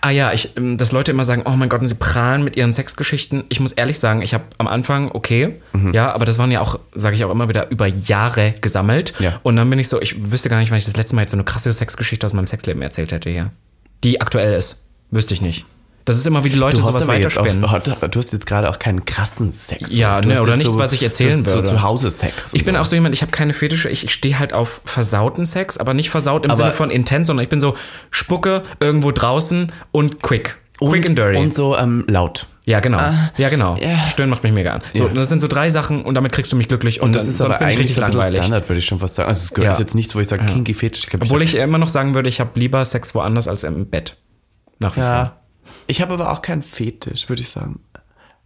Ah ja, ich, ähm, dass Leute immer sagen, oh mein Gott, und sie prahlen mit ihren Sexgeschichten. Ich muss ehrlich sagen, ich habe am Anfang, okay, Mhm. ja, aber das waren ja auch, sage ich auch immer wieder, über Jahre gesammelt. Ja. Und dann bin ich so, ich wüsste gar nicht, wann ich das letzte Mal jetzt so eine krasse Sexgeschichte aus meinem Sexleben erzählt hätte hier. Die aktuell ist. Wüsste ich nicht. Das ist immer, wie die Leute sowas aber jetzt auch, Oh, weiterspinnen. du hast jetzt gerade auch keinen krassen Sex. Ja, Du ne, hast oder jetzt nichts, was ich erzählen du hast würde. So zu Hause Sex. Ich bin so. auch so jemand, ich habe keine Fetische, ich, ich stehe halt auf versauten Sex, aber nicht versaut im Aber- Sinne von intens, sondern ich bin so Spucke irgendwo draußen und quick. Quick and dirty. Und so ähm, laut. Ja, genau. ja, genau. Ah. ja. Stöhnen macht mich mega an. So, Ja. das sind so drei Sachen und damit kriegst du mich glücklich und, Das dann, ist sonst aber bin ich eigentlich richtig so ein bisschen langweilig. Standard, würde ich schon fast sagen. Also es gehört Ja. ist jetzt nichts, wo ich sage, kinky Fetisch. Ich glaub, Obwohl ich immer noch sagen würde, ich habe lieber Sex woanders als im Bett. Nach wie vor. Ja. Ich habe aber auch keinen Fetisch, würde ich sagen.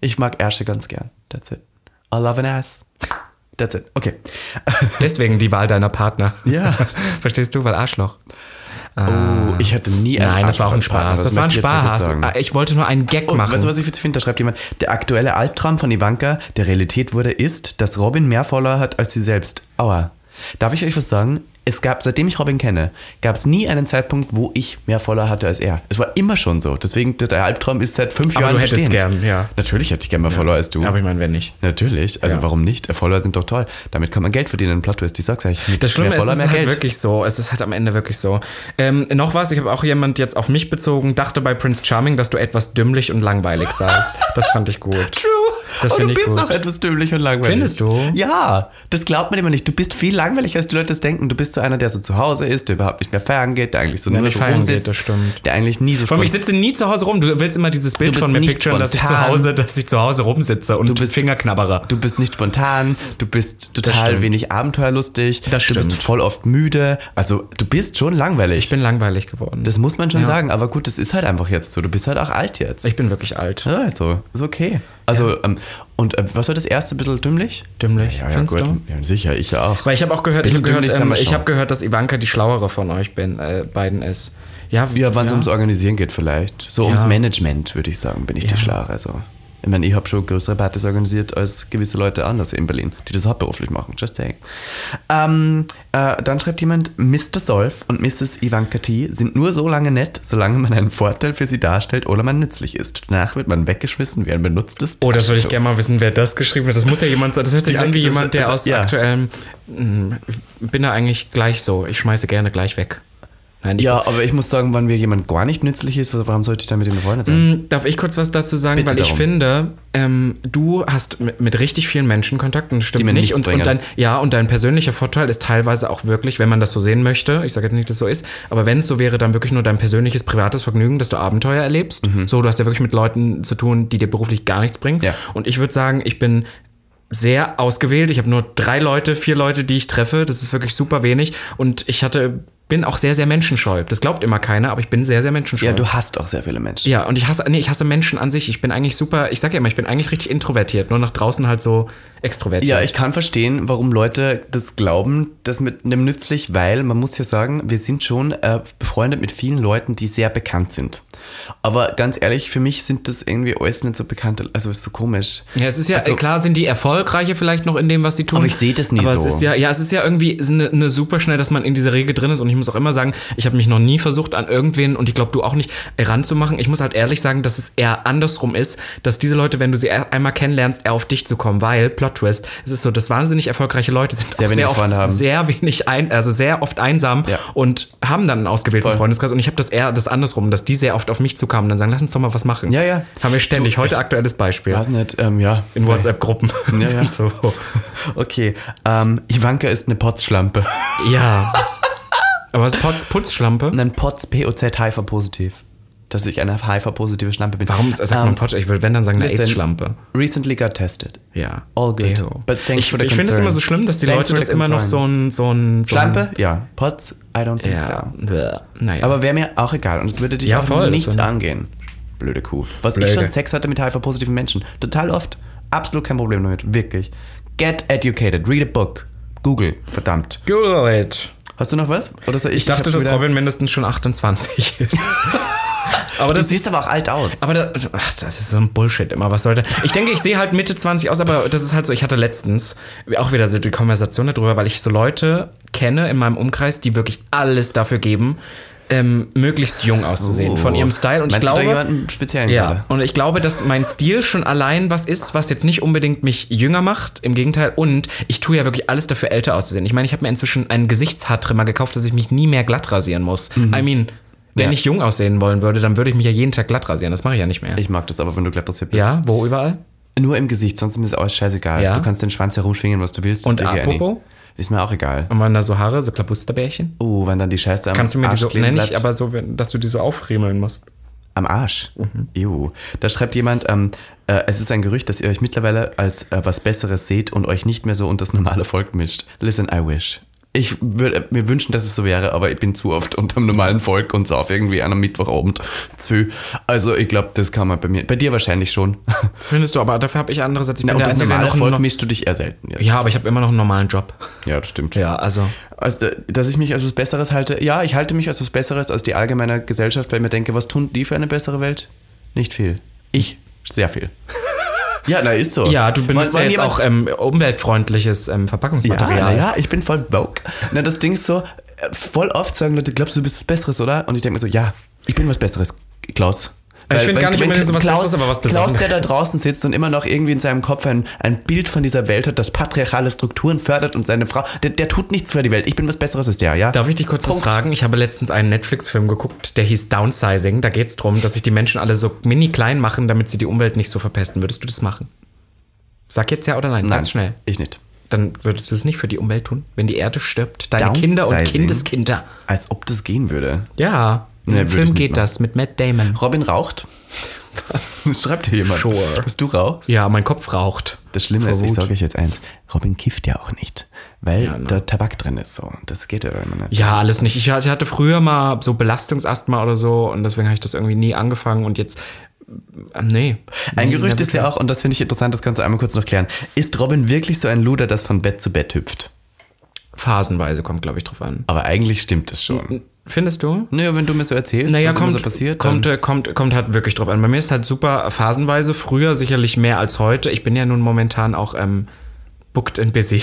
Ich mag Ärsche ganz gern. That's it. I love an ass. That's it. Okay. Deswegen die Wahl deiner Partner. Ja. Verstehst du? Weil Arschloch. Oh, ich hatte nie einen Ah. Nein, das war auch ein Spaß. Das, war ein Spaß. Ah, Ich wollte nur einen Gag Und machen. weißt du, was ich jetzt finde? Da schreibt jemand, der aktuelle Albtraum von Ivanka, der Realität wurde, ist, dass Robin mehr Follower hat als sie selbst. Aua. Darf ich euch was sagen? Es gab, seitdem ich Robin kenne, gab es nie einen Zeitpunkt, wo ich mehr Follower hatte als er. Es war immer schon so. Deswegen, der Albtraum ist seit fünf Aber Jahren du hättest bestehend. gern, ja. Natürlich hätte ich gern mehr Follower als du. Aber ich meine, wenn nicht. Natürlich, also Ja. warum nicht? Follower sind doch toll. Damit kann man Geld verdienen. Plot Twist, ich sag's euch. Mit Das Schlimme mehr ist, es Follower, ist mehr halt Geld. wirklich so. Es ist halt am Ende wirklich so. Ähm, noch was, ich habe auch jemand jetzt auf mich bezogen, dachte bei Prince Charming, dass du etwas dümmlich und langweilig sahst. Das fand ich gut. True. Das und find du ich bist gut. auch etwas dümmlich und langweilig. Findest du? Ja, das glaubt man immer nicht. Du bist viel langweiliger, als die Leute das denken. Du bist so einer, der so zu Hause ist, der überhaupt nicht mehr feiern geht, der eigentlich so nur nicht so feiern rumsitzt, geht, das stimmt. der eigentlich nie so Von mir, ich spontan- sitze nie zu Hause rum. Du willst immer dieses Bild bist von mir nicht picturen, dass ich, zu spontan. Hause, dass ich zu Hause rumsitze und du bist- Fingerknabbere. Du bist nicht spontan, du bist total stimmt. wenig abenteuerlustig, Das du bist stimmt. voll oft müde. Also du bist schon langweilig. ich bin langweilig geworden. das muss man schon sagen, aber gut, das ist halt einfach jetzt so. Du bist halt auch alt jetzt. ich bin wirklich alt. Ja, also, ist okay. Also, ähm, und äh, was war das erste? Ein bisschen dümmlich? Dümmlich, Ja, ja, findest gut. du? Ja, sicher, ich ja auch. Weil ich habe auch gehört, ich Bisschen habe gehört, dümmlich sind ähm, wir ich schon. hab gehört, dass Ivanka die schlauere von euch bin, äh, beiden ist. Ja, Ja, wann es ums Organisieren geht vielleicht. So ums Management, würde ich sagen, bin ich die Schlare. Also. Ich meine, ich habe schon größere Partys organisiert als gewisse Leute anders in Berlin, die das hauptberuflich machen. Just saying. Ähm, äh, dann schreibt jemand, Mr. Solf und Mrs. Ivanka T. sind nur so lange nett, solange man einen Vorteil für sie darstellt oder man nützlich ist. Danach wird man weggeschmissen wie ein benutztes Oh, das würde ich Taschentuch. gerne mal wissen, wer das geschrieben hat. Das muss ja jemand sein. Das hört sich Ja, an wie das- jemand, der das- aus ja. aktuellem. mh, Bin da eigentlich gleich so. Ich schmeiße gerne gleich weg. Nein, ich, Ja, aber ich muss sagen, wenn mir jemand gar nicht nützlich ist, warum sollte ich dann mit ihm befreundet sein? Mh, Hm, Darf ich kurz was dazu sagen? Hm, Bitte Weil ich darum. finde, ähm, du hast mit, mit richtig vielen Menschen Kontakt und das stimmt Die mir nicht. nichts Und, bringen. und dein, ja, und dein persönlicher Vorteil ist teilweise auch wirklich, wenn man das so sehen möchte, ich sage jetzt nicht, dass es so ist, aber wenn es so wäre, dann wirklich nur dein persönliches, privates Vergnügen, dass du Abenteuer erlebst. So, du hast ja wirklich mit Leuten zu tun, die dir beruflich gar nichts bringen. Mhm. Ja. Und ich würde sagen, ich bin sehr ausgewählt. Ich habe nur drei Leute, vier Leute, die ich treffe. Das ist wirklich super wenig. Und ich hatte, bin auch sehr, sehr menschenscheu. Das glaubt immer keiner, aber ich bin sehr, sehr menschenscheu. Ja, du hast auch sehr viele Menschen. Ja, und ich hasse, nee, ich hasse Menschen an sich. Ich bin eigentlich super, ich sag ja immer, ich bin eigentlich richtig introvertiert, nur nach draußen halt so extrovertiert. Ja, ich kann verstehen, warum Leute das glauben, das mit einem nützlich, weil man muss ja sagen, wir sind schon äh, befreundet mit vielen Leuten, die sehr bekannt sind. Aber ganz ehrlich, für mich sind das irgendwie alles nicht so bekannte, also ist so komisch. ja, es ist ja, also- klar sind die Erfolgreiche vielleicht noch in dem, was sie tun. Aber ich seh das nie aber so. Es ist ja, ja, es ist ja irgendwie eine, eine super schnell, dass man in dieser Regel drin ist. Und ich muss auch immer sagen, ich habe mich noch nie versucht, an irgendwen, und ich glaube, du auch nicht, äh, ranzumachen. Ich muss halt ehrlich sagen, dass es eher andersrum ist, dass diese Leute, wenn du sie er- einmal kennenlernst, eher auf dich zu kommen, weil, Plot Twist, es ist so, dass wahnsinnig erfolgreiche Leute sind Sehr auch wenige sehr oft Freunde haben. sehr wenig ein, also sehr oft einsam Ja. und haben dann einen ausgewählten Voll. Freundeskreis. Und ich habe das eher das andersrum, dass die sehr oft auf mich zukamen und dann sagen, lass uns doch mal was machen. Ja, ja. Haben wir ständig. Du, Heute ich- aktuelles Beispiel. Weiß nicht, ähm, ja. In WhatsApp-Gruppen. Ja, ja. So. Okay, ähm, Ivanka ist eine Potzschlampe. ja. Aber es ist Putz, Putzschlampe. Nein, Potz, P-O-Z, HIV-positiv. Dass ich eine HIV-positive Schlampe bin. Warum ist, sagt Ähm, man Putz? Ich würde, wenn, dann sagen, eine listen, AIDS-Schlampe. Recently got tested. Ja. All good. Ew. But thanks ich for the ich finde es concern. immer so schlimm, dass die Leute Thanks for das the immer noch so ein, so ein. So ein- Schlampe? Ja. Potz? I don't think so. Mhm. Ja. Bäh. Naja. Aber wäre mir auch egal und es würde dich Ja, auch voll, das nicht wär- angehen. Blöde Kuh. Was Blöde. ich schon Sex hatte mit HIV-positiven Menschen. Total oft. Absolut kein Problem damit. Wirklich. Get educated. Read a book. Google. Verdammt. Google it. Hast du noch was? Oder soll ich? Ich dachte, hab schon dass wieder- Robin mindestens schon 28 ist. aber Du das, siehst aber auch alt aus. aber da, ach, das ist so ein Bullshit immer. Was sollte. Ich denke, ich sehe halt Mitte 20 aus, aber das ist halt so. Ich hatte letztens auch wieder so die Konversation darüber, weil ich so Leute kenne in meinem Umkreis, die wirklich alles dafür geben, ähm, möglichst jung auszusehen Oh. von ihrem Style. Und ich Meinst glaube. du da jemanden speziellen Ja, gerade? und ich glaube, dass mein Stil schon allein was ist, was jetzt nicht unbedingt mich jünger macht. Im Gegenteil. Und ich tue ja wirklich alles dafür, älter auszusehen. Ich meine, ich habe mir inzwischen einen Gesichtshaartrimmer gekauft, dass ich mich nie mehr glatt rasieren muss. I mean, wenn Mhm. Ja. ich jung aussehen wollen würde, dann würde ich mich ja jeden Tag glatt rasieren. Das mache ich ja nicht mehr. Ich mag das aber, wenn du glatt rasiert bist. ja, wo überall? Nur im Gesicht, sonst ist mir das alles scheißegal. Ja. Du kannst den Schwanz herumschwingen, was du willst. das Und sehe ich ja nie. apropos? Ist mir auch egal. Und man da so Haare, so Klabusterbärchen? Oh, wenn dann die Scheiße am Kannst du mir die Arsch so, kleben nenn ich, bleibt. aber so, wenn- dass du die so aufriemeln musst. Am Arsch. Mhm. Ew. Da schreibt jemand, ähm, äh, es ist ein Gerücht, dass ihr euch mittlerweile als äh, was Besseres seht und euch nicht mehr so unter das normale Volk mischt. Listen, I wish. Ich würde äh, mir wünschen, dass es so wäre, aber ich bin zu oft unterm normalen Volk und sauf irgendwie an einem Mittwochabend zu. Also ich glaube, das kann man bei mir, bei dir wahrscheinlich schon. Findest du, aber dafür habe ich andererseits, ich Na, bin und der das Einzige, der normale also noch einen Volk no- mischst du dich eher selten. Ja, Ja, aber ich habe immer noch einen normalen Job. ja das stimmt. Ja, also. Also, dass ich mich als was Besseres halte. Ja, ich halte mich als was Besseres als die allgemeine Gesellschaft, weil ich mir denke, was tun die für eine bessere Welt? Nicht viel. Ich sehr viel. ja, na ist so. Ja, du benutzt Wollen- ja wollen jetzt jemand- auch ähm, umweltfreundliches ähm, Ja, Verpackungsmaterial. na ja, ich bin voll Vogue. Na, das Ding ist so, äh, voll oft sagen Leute, glaubst du, du bist was Besseres, oder? Und ich denke mir so, ja, ich bin was Besseres, Klaus. Ich Weil- find weil- gar nicht wenn unbedingt so was Klaus, Besseres, aber was Klaus, der Besonderes. da draußen sitzt und immer noch irgendwie in seinem Kopf ein, ein Bild von dieser Welt hat, das patriarchale Strukturen fördert und seine Frau, der, der tut nichts für die Welt. Ich bin was Besseres als der, ja? Darf ich dich kurz Punkt. was fragen? Ich habe letztens einen Netflix-Film geguckt, der hieß Downsizing. Da geht es darum, dass sich die Menschen alle so mini klein machen, damit sie die Umwelt nicht so verpesten. Würdest du das machen? Sag jetzt ja oder nein, ganz schnell. Ich nicht. Dann würdest du es nicht für die Umwelt tun, wenn die Erde stirbt. Deine Kinder und Downsizing? Kindeskinder. Als ob das gehen würde. Ja, im Nee, würde ich Film nicht geht machen. das mit Matt Damon. Robin raucht. Was? Das schreibt hier jemand. Sure. Dass du rauchst. Ja, mein Kopf raucht. Das Schlimme ist, Vor ich Wut. sage euch jetzt eins, Robin kifft ja auch nicht, weil ne. da Tabak drin ist. So. Das geht ja dann immer nicht. Ja, alles nicht. Ich hatte ich hatte früher mal so Belastungsasthma oder so und deswegen habe ich das irgendwie nie angefangen und jetzt. ähm, Nee. Ein Gerücht ist ja auch, und das finde ich interessant, das kannst du einmal kurz noch klären. Ist Robin wirklich so ein Luder, das von Bett zu Bett hüpft? Phasenweise kommt, glaube ich, drauf an. Aber eigentlich stimmt es schon. Findest du? Naja, wenn du mir so erzählst, Naja, was kommt, immer so passiert, kommt, dann, äh, kommt, kommt halt wirklich drauf an. Bei mir ist halt super phasenweise, früher sicherlich mehr als heute. Ich bin ja nun momentan auch ähm, booked and busy.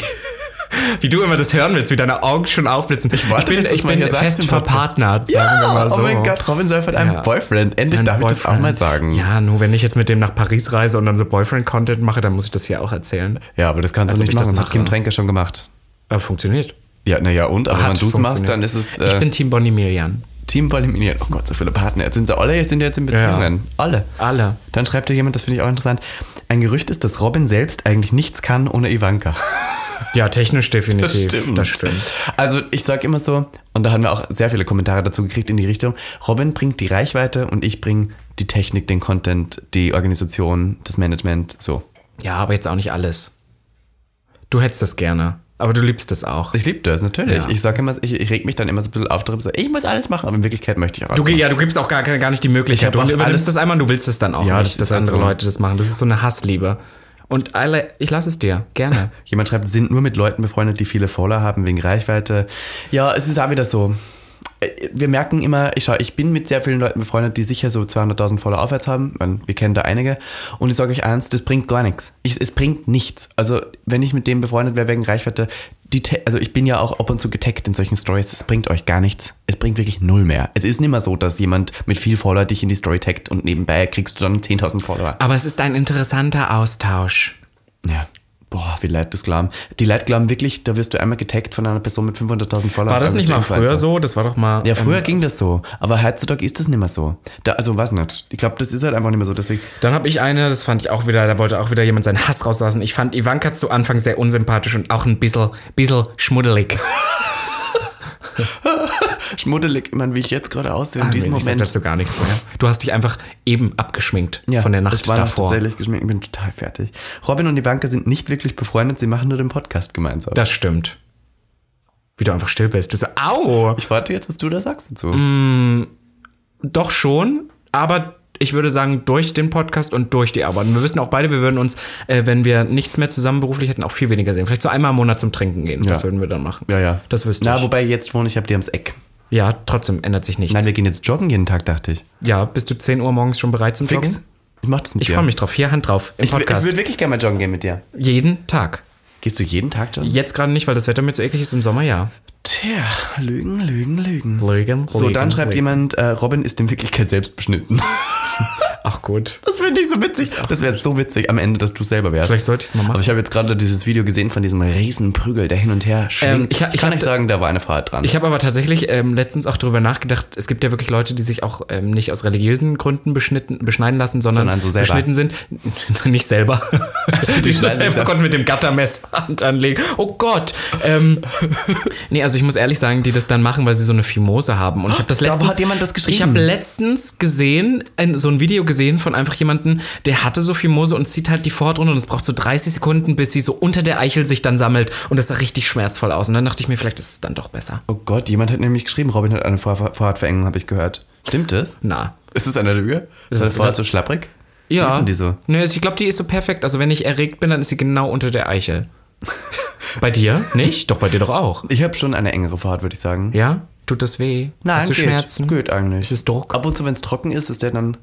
wie du immer das hören willst, wie deine Augen schon aufblitzen. Ich, warte, bin, bis du's ich mal bin hier sagst fest im Podcast. verpartnert, sagen wir mal so. Oh mein Gott, Robin soll von einem Ja. Boyfriend. Endlich Mein darf ich das auch Boyfriend. mal sagen. Ja, nur wenn ich jetzt mit dem nach Paris reise und dann so Boyfriend-Content mache, dann muss ich das hier auch erzählen. Ja, aber das kannst Als du ob nicht ich das machen. Das hat mache. Kim Tränke schon gemacht. Aber funktioniert. Ja, naja, und? Aber Also wenn Hat du es machst, funktioniert. dann ist es ich äh, bin Team Bonnie Millian. Team Polyminion. Oh Gott, so viele Partner. Jetzt sind sie alle, jetzt sind die jetzt in Ja. Beziehungen. Alle. Alle. Dann schreibt hier jemand, das finde ich auch interessant. Ein Gerücht ist, dass Robin selbst eigentlich nichts kann ohne Ivanka. Ja, technisch definitiv. Das stimmt. Also ich sag immer so, und da haben wir auch sehr viele Kommentare dazu gekriegt in die Richtung, Robin bringt die Reichweite und ich bringe die Technik, den Content, die Organisation, das Management, so. Ja, aber jetzt auch nicht alles. Du hättest das gerne, aber du liebst es auch. Ich liebe das, natürlich. Ja. Ich sag immer, ich, ich reg mich dann immer so ein bisschen auf darüber, so, ich muss alles machen, aber in Wirklichkeit möchte ich auch alles Du, machen. ge- ja, du gibst auch gar, keine- gar nicht die Möglichkeit. Ich hab Du auch alles- übernimmst das einmal und du willst es dann auch Ja, das nicht, ist dass halt andere so. Leute das machen. Das ist so eine Hassliebe. Und alle, ich lasse es dir, gerne. Jemand schreibt, sind nur mit Leuten befreundet, die viele Follower haben wegen Reichweite. Ja, es ist auch wieder so. Äh, Wir merken immer, ich schau, ich bin mit sehr vielen Leuten befreundet, die sicher so 200.000 Follower aufwärts haben. Man, wir kennen da einige. Und ich sage euch eins, das bringt gar nichts. Ich, es bringt nichts. Also, wenn ich mit dem befreundet wäre wegen Reichweite, die, te- also ich bin ja auch ab und zu getaggt in solchen Stories. Es bringt euch gar nichts. Es bringt wirklich null mehr. Es ist nicht mehr so, dass jemand mit viel Follower dich in die Story taggt und nebenbei kriegst du dann 10.000 Follower. Aber es ist ein interessanter Austausch. Ja. Boah, wie leid das glauben. Die Leute glauben wirklich, da wirst du einmal getaggt von einer Person mit 500.000 Followern. War das Dann nicht bist du mal Influencer. früher so? Das war doch mal. ähm, Ja, früher ging das so, aber heutzutage ist das nicht mehr so. Da, also, weiß nicht. Ich glaube, das ist halt einfach nicht mehr so. Deswegen, Dann habe ich eine, das fand ich auch wieder, da wollte auch wieder jemand seinen Hass rauslassen. Ich fand Ivanka zu Anfang sehr unsympathisch und auch ein bisschen, bisschen schmuddelig. schmuddelig, ich meine, wie ich jetzt gerade aussehe in Nee, diesem ich sag Moment. dazu gar nichts mehr. Du hast dich einfach eben abgeschminkt von der Nacht ich war noch davor. tatsächlich geschminkt, ich bin total fertig. Robin und Ivanka sind nicht wirklich befreundet, sie machen nur den Podcast gemeinsam. Das stimmt. Wie du einfach still bist. Du so, au! ich warte jetzt, dass du das sagst dazu. Mm, Doch schon, aber ich würde sagen, durch den Podcast und durch die Arbeit. Und wir wissen auch beide, wir würden uns, äh, wenn wir nichts mehr zusammen beruflich hätten, auch viel weniger sehen. Vielleicht so einmal im Monat zum Trinken gehen. Das würden wir dann machen. Ja, ja. Das wüsste Na, ich. wobei jetzt wohne ich hab dir ums Eck. Ja, trotzdem ändert sich nichts. Nein, wir gehen jetzt joggen jeden Tag, dachte ich. ja, bist du 10 Uhr morgens schon bereit zum Joggen? Ich mach das mit Ich dir. freue mich drauf. Hier, Hand drauf. Im Ich, wür- ich Podcast. würde wirklich gerne mal joggen gehen mit dir. Jeden Tag. Gehst du jeden Tag joggen? Jetzt gerade nicht, weil das Wetter mir zu eklig ist. Im Sommer ja. Tja, Lügen, Lügen, Lügen. Lügen, So, dann Lügen, schreibt Lügen. jemand, äh, Robin ist in Wirklichkeit selbst beschnitten. Ach gut. Das finde ich so witzig. Das wäre so witzig am Ende, dass du selber wärst. Vielleicht sollte ich's mal machen. Aber ich habe jetzt gerade dieses Video gesehen von diesem Riesenprügel, der hin und her schwingt. Ähm, ich ha- ich kann hab- nicht sagen, da war eine Fahrt dran. Ich habe aber tatsächlich ähm, letztens auch darüber nachgedacht, es gibt ja wirklich Leute, die sich auch ähm, nicht aus religiösen Gründen beschnitten, beschneiden lassen, sondern, Sondern so selber. beschnitten sind. nicht selber. die die schneiden sich selber ab. kurz mit dem Gattermesser Hand anlegen. Oh Gott. Ähm, nee, also ich muss ehrlich sagen, die das dann machen, weil sie so eine Fimose haben. Und ich habe das Da letztens, hat jemand das geschrieben. Ich habe letztens gesehen, ein, so ein Video gesehen von einfach jemanden, der hatte so Fimose und zieht halt die Vorhaut runter und es braucht so 30 Sekunden, bis sie so unter der Eichel sich dann sammelt. Und das sah richtig schmerzvoll aus. Und dann dachte ich mir, vielleicht ist es dann doch besser. oh Gott, jemand hat nämlich geschrieben, Robin hat eine Vor Vorratverengung, habe ich gehört. Stimmt das? Na. Ist das eine Lüge? es- Ist das Vorrat so schlapprig? Ja. Wie ist denn die so? Nö, ich glaube, die ist so perfekt. Also, wenn ich erregt bin, dann ist sie genau unter der Eichel. bei dir? Nicht? Doch, bei dir doch auch. Ich habe schon eine engere Vorrat, würde ich sagen. Ja? Tut das weh? Hast du geht. Schmerzen? Geht eigentlich. Ist es Druck? Ab und zu, wenn es trocken ist, ist der dann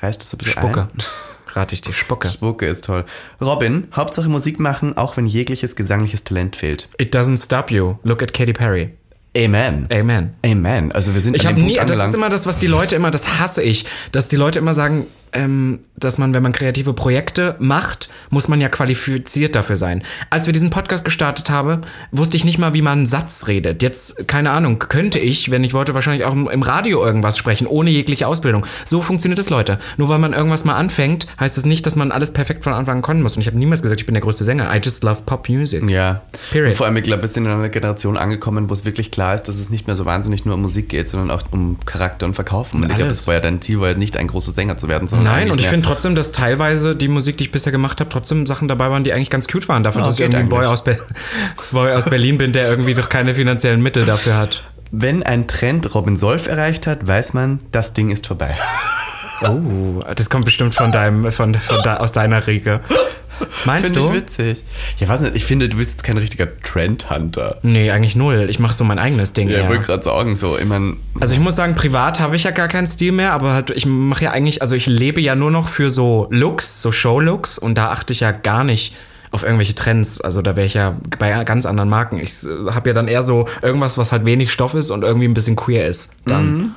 reißt es so ein bisschen Spucke. ein. Rate ich dir, Spucke. Spucke ist toll. Robin, Hauptsache Musik machen, auch wenn jegliches gesangliches Talent fehlt. It doesn't stop you. Look at Katy Perry. Amen. Amen. Amen. Also wir sind Ich an habe dem nie, das Punkt angelangt. ist immer das, was die Leute immer, das hasse ich, dass die Leute immer sagen, ähm, dass man, wenn man kreative Projekte macht, muss man ja qualifiziert dafür sein. Als wir diesen Podcast gestartet haben, wusste ich nicht mal, wie man einen Satz redet. Jetzt, keine Ahnung, könnte ich, wenn ich wollte, wahrscheinlich auch im im Radio irgendwas sprechen, ohne jegliche Ausbildung. So funktioniert es, Leute. Nur weil man irgendwas mal anfängt, heißt es nicht, dass man alles perfekt von Anfang an können muss. Und ich habe niemals gesagt, ich bin der größte Sänger. I just love Pop Music. ja. Period. Und vor allem, ich glaube, wir sind in einer Generation angekommen, wo es wirklich klar ist, dass es nicht mehr so wahnsinnig nur um Musik geht, sondern auch um Charakter und Verkaufen. Und ich glaube, Um alles. das war ja dein Ziel, war ja nicht ein großer Sänger zu werden, sondern Nein, eigentlich und ich mehr- finde trotzdem, dass teilweise die Musik, die ich bisher gemacht habe, trotzdem Sachen dabei waren, die eigentlich ganz cute waren. Dafür, Ah, dass ich geht irgendwie ein Boy eigentlich. aus, Ber Boy aus Berlin bin, der irgendwie doch keine finanziellen Mittel dafür hat. Wenn ein Trend Robin Solf erreicht hat, weiß man, das Ding ist vorbei. Oh, das kommt bestimmt von deinem, von, von da, aus deiner Riege. Meinst Finde du? ich witzig. Ja, weiß nicht, ich finde, du bist jetzt kein richtiger Trendhunter. Nee, eigentlich null. Ich mache so mein eigenes Ding. Ja, ich eher. wollte gerade sagen, so, ich meine, Also ich muss sagen, privat habe ich ja gar keinen Stil mehr, aber halt, ich mache ja eigentlich, also ich lebe ja nur noch für so Looks, so Show-Looks und da achte ich ja gar nicht auf irgendwelche Trends. Also da wäre ich ja bei ganz anderen Marken. Ich habe ja dann eher so irgendwas, was halt wenig Stoff ist und irgendwie ein bisschen queer ist. Dann.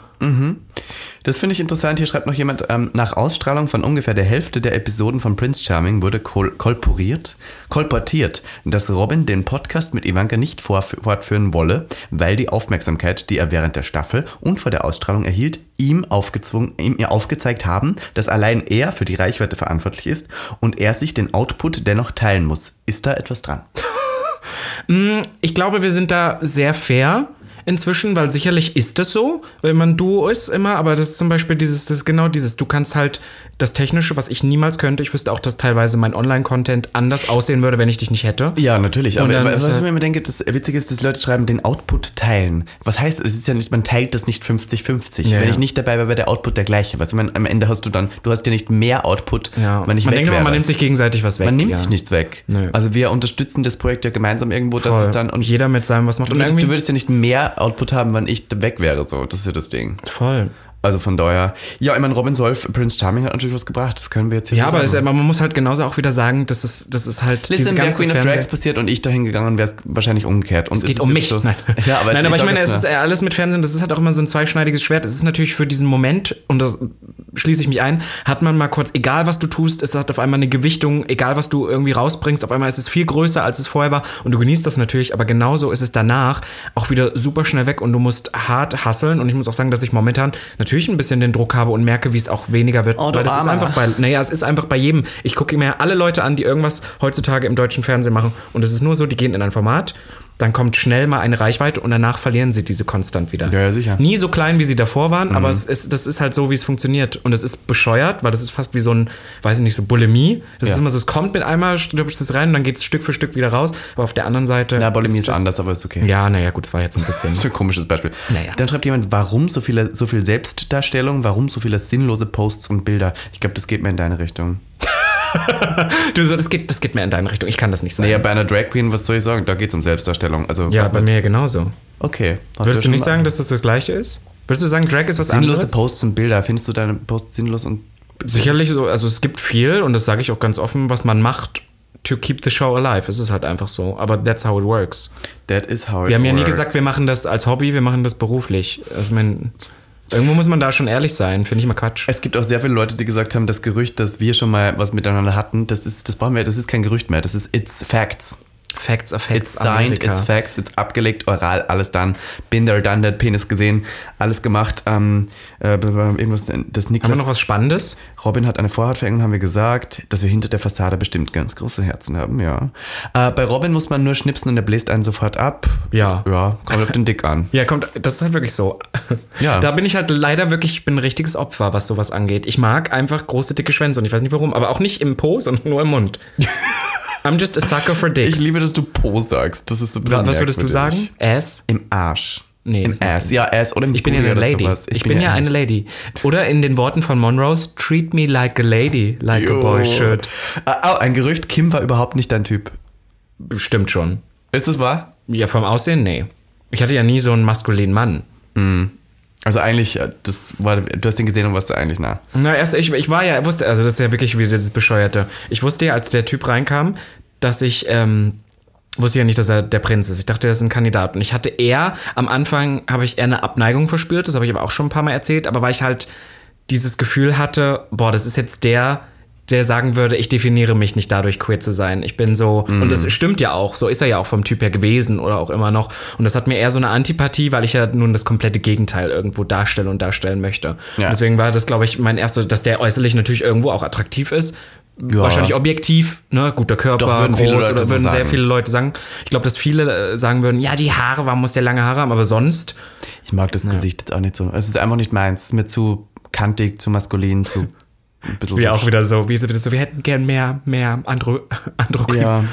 das finde ich interessant. Hier schreibt noch jemand, ähm, nach Ausstrahlung von ungefähr der Hälfte der Episoden von Prince Charming wurde kol kolporiert, kolportiert, dass Robin den Podcast mit Ivanka nicht vorf- fortführen wolle, weil die Aufmerksamkeit, die er während der Staffel und vor der Ausstrahlung erhielt, ihm aufgezwungen, ihm ihr aufgezeigt haben, dass allein er für die Reichweite verantwortlich ist und er sich den Output dennoch teilen muss. Ist da etwas dran? Ich glaube, wir sind da sehr fair inzwischen, weil sicherlich ist das so, wenn man Duo ist immer, aber das ist zum Beispiel dieses, das ist genau dieses, du kannst halt das Technische, was ich niemals könnte, ich wüsste auch, dass teilweise mein Online-Content anders aussehen würde, wenn ich dich nicht hätte. Ja, natürlich. Und Aber dann was, ist was halt- ich mir immer denke, das Witzige ist, dass Leute schreiben, den Output teilen. Was heißt, es ist ja nicht, man teilt das nicht 50-50. Ja, Wenn ja. ich nicht dabei wäre, wäre der Output der gleiche. Was ich meine, am Ende hast du dann, du hast ja nicht mehr Output, Ja. wenn ich man weg denkt immer, wäre. man nimmt sich gegenseitig was weg. Man nimmt ja. sich nichts weg. Nö. Also wir unterstützen das Projekt ja gemeinsam irgendwo, dass Voll. es dann und jeder mit seinem was macht. Du Und würdest, irgendwie, du würdest ja nicht mehr Output haben, wenn ich weg wäre, so. Das ist ja das Ding. voll. Also von daher. Ja, ich meine, Robin Solf, Prince Charming hat natürlich was gebracht. Das können wir jetzt hier Ja, so aber es, sagen. man muss halt genauso auch wieder sagen, das ist, das ist halt Listen, wäre Queen of Fernseh- Drags passiert und ich dahin gegangen, wäre es wahrscheinlich umgekehrt. Und Es geht um mich. Nein, Nein. Ja, aber, es Nein, aber ist ich auch meine, jetzt es ist eine- äh, alles mit Fernsehen, das ist halt auch immer so ein zweischneidiges Schwert. Es ist natürlich für diesen Moment, und das schließe ich mich ein, hat man mal kurz, egal was du tust, es hat auf einmal eine Gewichtung, egal was du irgendwie rausbringst, auf einmal ist es viel größer, als es vorher war. Und du genießt das natürlich, aber genauso ist es danach auch wieder super schnell weg und du musst hart hasseln. Und ich muss auch sagen, dass ich momentan natürlich ein bisschen den Druck habe und merke, wie es auch weniger wird. Oh, du weil das ist Armer. einfach bei, naja, es ist einfach bei jedem. Ich gucke mir alle Leute an, die irgendwas heutzutage im deutschen Fernsehen machen. Und es ist nur so, die gehen in ein Format, dann kommt schnell mal eine Reichweite und danach verlieren sie diese konstant wieder. Ja, ja, sicher. Mhm. Nie so klein, wie sie davor waren, aber es ist, das ist halt so, wie es funktioniert. Und es ist bescheuert, weil das ist fast wie so ein, weiß ich nicht, so Bulimie. Das Ja. ist immer so, es kommt mit einmal, stürbst es rein und dann geht es Stück für Stück wieder raus. Aber auf der anderen Seite. Na, Bulimie ist es- anders, aber ist okay. Ja, naja, gut, es war jetzt ein bisschen. Das ist ein komisches Beispiel. Naja. Dann schreibt jemand, warum so, viele, so viel Selbstdarstellung, warum so viele sinnlose Posts und Bilder? Ich glaube, das geht mir in deine Richtung. du, so, das, geht, das geht mir in deine Richtung. Ich kann das nicht sagen. Naja, bei einer Drag Queen, was soll ich sagen? Da geht es um Selbstdarstellung. Also, ja, was bei mit- mir genauso. Okay. Hast Würdest du schon nicht mal- sagen, dass das das Gleiche ist? Würdest du sagen, Drag ist was Sinnlose anderes? Posts und Bilder. Findest du deine Posts sinnlos und. Sicherlich, so, also es gibt viel und das sage ich auch ganz offen, was man macht to keep the show alive. Es ist halt einfach so. Aber that's how it works. That is how it Wir haben ja nie works. gesagt, wir machen das als Hobby, wir machen das beruflich. Also, ich mein, irgendwo muss man da schon ehrlich sein, finde ich mal Quatsch. Es gibt auch sehr viele Leute, die gesagt haben, das Gerücht, dass wir schon mal was miteinander hatten, das ist, das brauchen wir, das ist kein Gerücht mehr, das ist it's facts. Facts are facts. It's signed, Amerika. it's facts, it's abgelegt, oral, alles dann. Been there, done that, Penis gesehen, alles gemacht. Ähm, äh, b- b- irgendwas, das Haben wir Niklas noch was Spannendes? Robin hat eine Vorhautverengung, haben wir gesagt, dass wir hinter der Fassade bestimmt ganz große Herzen haben, ja. Äh, bei Robin muss man nur schnipsen und er bläst einen sofort ab. Ja. Ja, kommt auf den Dick an. Ja, kommt, das ist halt wirklich so. Ja. Da bin ich halt leider wirklich, ich bin ein richtiges Opfer, was sowas angeht. Ich mag einfach große, dicke Schwänze und ich weiß nicht warum, aber auch nicht im Po, sondern nur im Mund. I'm just a sucker for dicks. Ich liebe, dass du Po sagst. Das ist so ein Wa- bisschen Was würdest du sagen? merkwürdig. Ass? Im Arsch. Nee, Im das macht Ass. Ja, Ass oder im Ich bin ja eine Lady. Ich bin ja eine Lady. Oder in den Worten von Monroe's, treat me like a lady, like a boy should. Ah, oh, ein Gerücht, Kim war überhaupt nicht dein Typ. Stimmt schon. Ist das wahr? Ja, vom Aussehen, nee. Ich hatte ja nie so einen maskulinen Mann. Also eigentlich, äh, das war, du hast den gesehen und warst du eigentlich nah. Na, erst, ich, ich war ja, wusste, also das ist ja wirklich wieder das Bescheuerte. Ich wusste ja, als der Typ reinkam, dass ich, ähm, wusste ja nicht, dass er der Prinz ist. Ich dachte, er ist ein Kandidat. Und ich hatte eher, am Anfang habe ich eher eine Abneigung verspürt, das habe ich aber auch schon ein paar Mal erzählt, aber weil ich halt dieses Gefühl hatte, boah, das ist jetzt der, der sagen würde, ich definiere mich nicht dadurch, queer zu sein. Ich bin so, und das stimmt ja auch, so ist er ja auch vom Typ her gewesen oder auch immer noch. Und das hat mir eher so eine Antipathie, weil ich ja nun das komplette Gegenteil irgendwo darstelle und darstellen möchte. Ja. Deswegen war das, glaube ich, mein erster, dass der äußerlich natürlich irgendwo auch attraktiv ist. Wahrscheinlich objektiv, ne, guter Körper, Doch, würden groß viele Leute oder so würden sehr sagen. viele Leute sagen. Ich glaube, dass viele äh, sagen würden, ja, die Haare, warum muss der lange Haare haben? Aber sonst, Ich mag das Gesicht jetzt auch nicht so. Es ist einfach nicht meins. Es ist mir zu kantig, zu maskulin, zu ein bisschen wie so auch wieder so, wie, so, wir hätten gern mehr, mehr Andro, Andro Ja,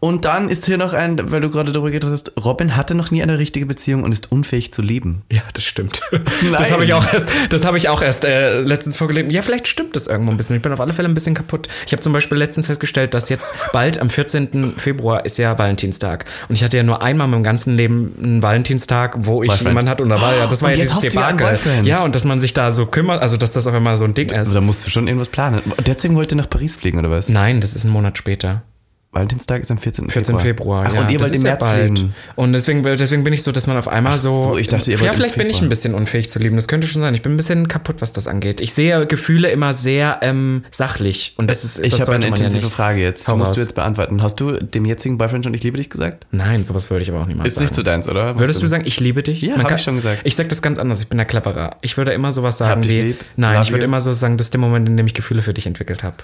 Und dann ist hier noch ein, weil du gerade darüber geredet hast, Robin hatte noch nie eine richtige Beziehung und ist unfähig zu lieben. Ja, das stimmt. Nein. Das habe ich auch erst, das habe ich auch erst äh, letztens vorgelegt. Ja, vielleicht stimmt das irgendwo ein bisschen. Ich bin auf alle Fälle ein bisschen kaputt. Ich habe zum Beispiel letztens festgestellt, dass jetzt bald am 14. Februar ist ja Valentinstag. Und ich hatte ja nur einmal in meinem ganzen Leben einen Valentinstag, wo ich Boyfriend. jemanden hatte und da war ja, das war Und ja dieses jetzt hast du ja einen Debakel. Boyfriend. Ja, und dass man sich da so kümmert, also dass das auf einmal so ein Ding ist. Also da musst du schon irgendwas planen. Und Deswegen wollte ihr nach Paris fliegen, oder was? Nein, das ist ein Monat später. Valentinstag ist am 14. 14. Februar. Ach, und ihr das wollt im ist März bald. fliegen. Und deswegen, deswegen bin ich so, dass man auf einmal so, so, ich dachte, ihr Ja, wollt im vielleicht bin ich Februar. ein bisschen unfähig zu lieben. Das könnte schon sein. Ich bin ein bisschen kaputt, was das angeht. Ich sehe Gefühle immer sehr ähm, sachlich. Und das ist Äh, Ich das habe sollte eine man ja intensive nicht. Frage jetzt. Hau musst raus. du jetzt beantworten. Hast du dem jetzigen Boyfriend schon Ich liebe dich gesagt? Nein, sowas würde ich aber auch niemals Ist sagen. nicht so deins, oder? Würdest du sagen, ich liebe dich? Ja, Man hab kann- ich schon gesagt. Ich sag das ganz anders, ich bin der Klapperer. Ich würde immer sowas sagen dich wie. lieb, Nein, love ich würde you. immer so sagen, das ist der Moment, in dem ich Gefühle für dich entwickelt habe.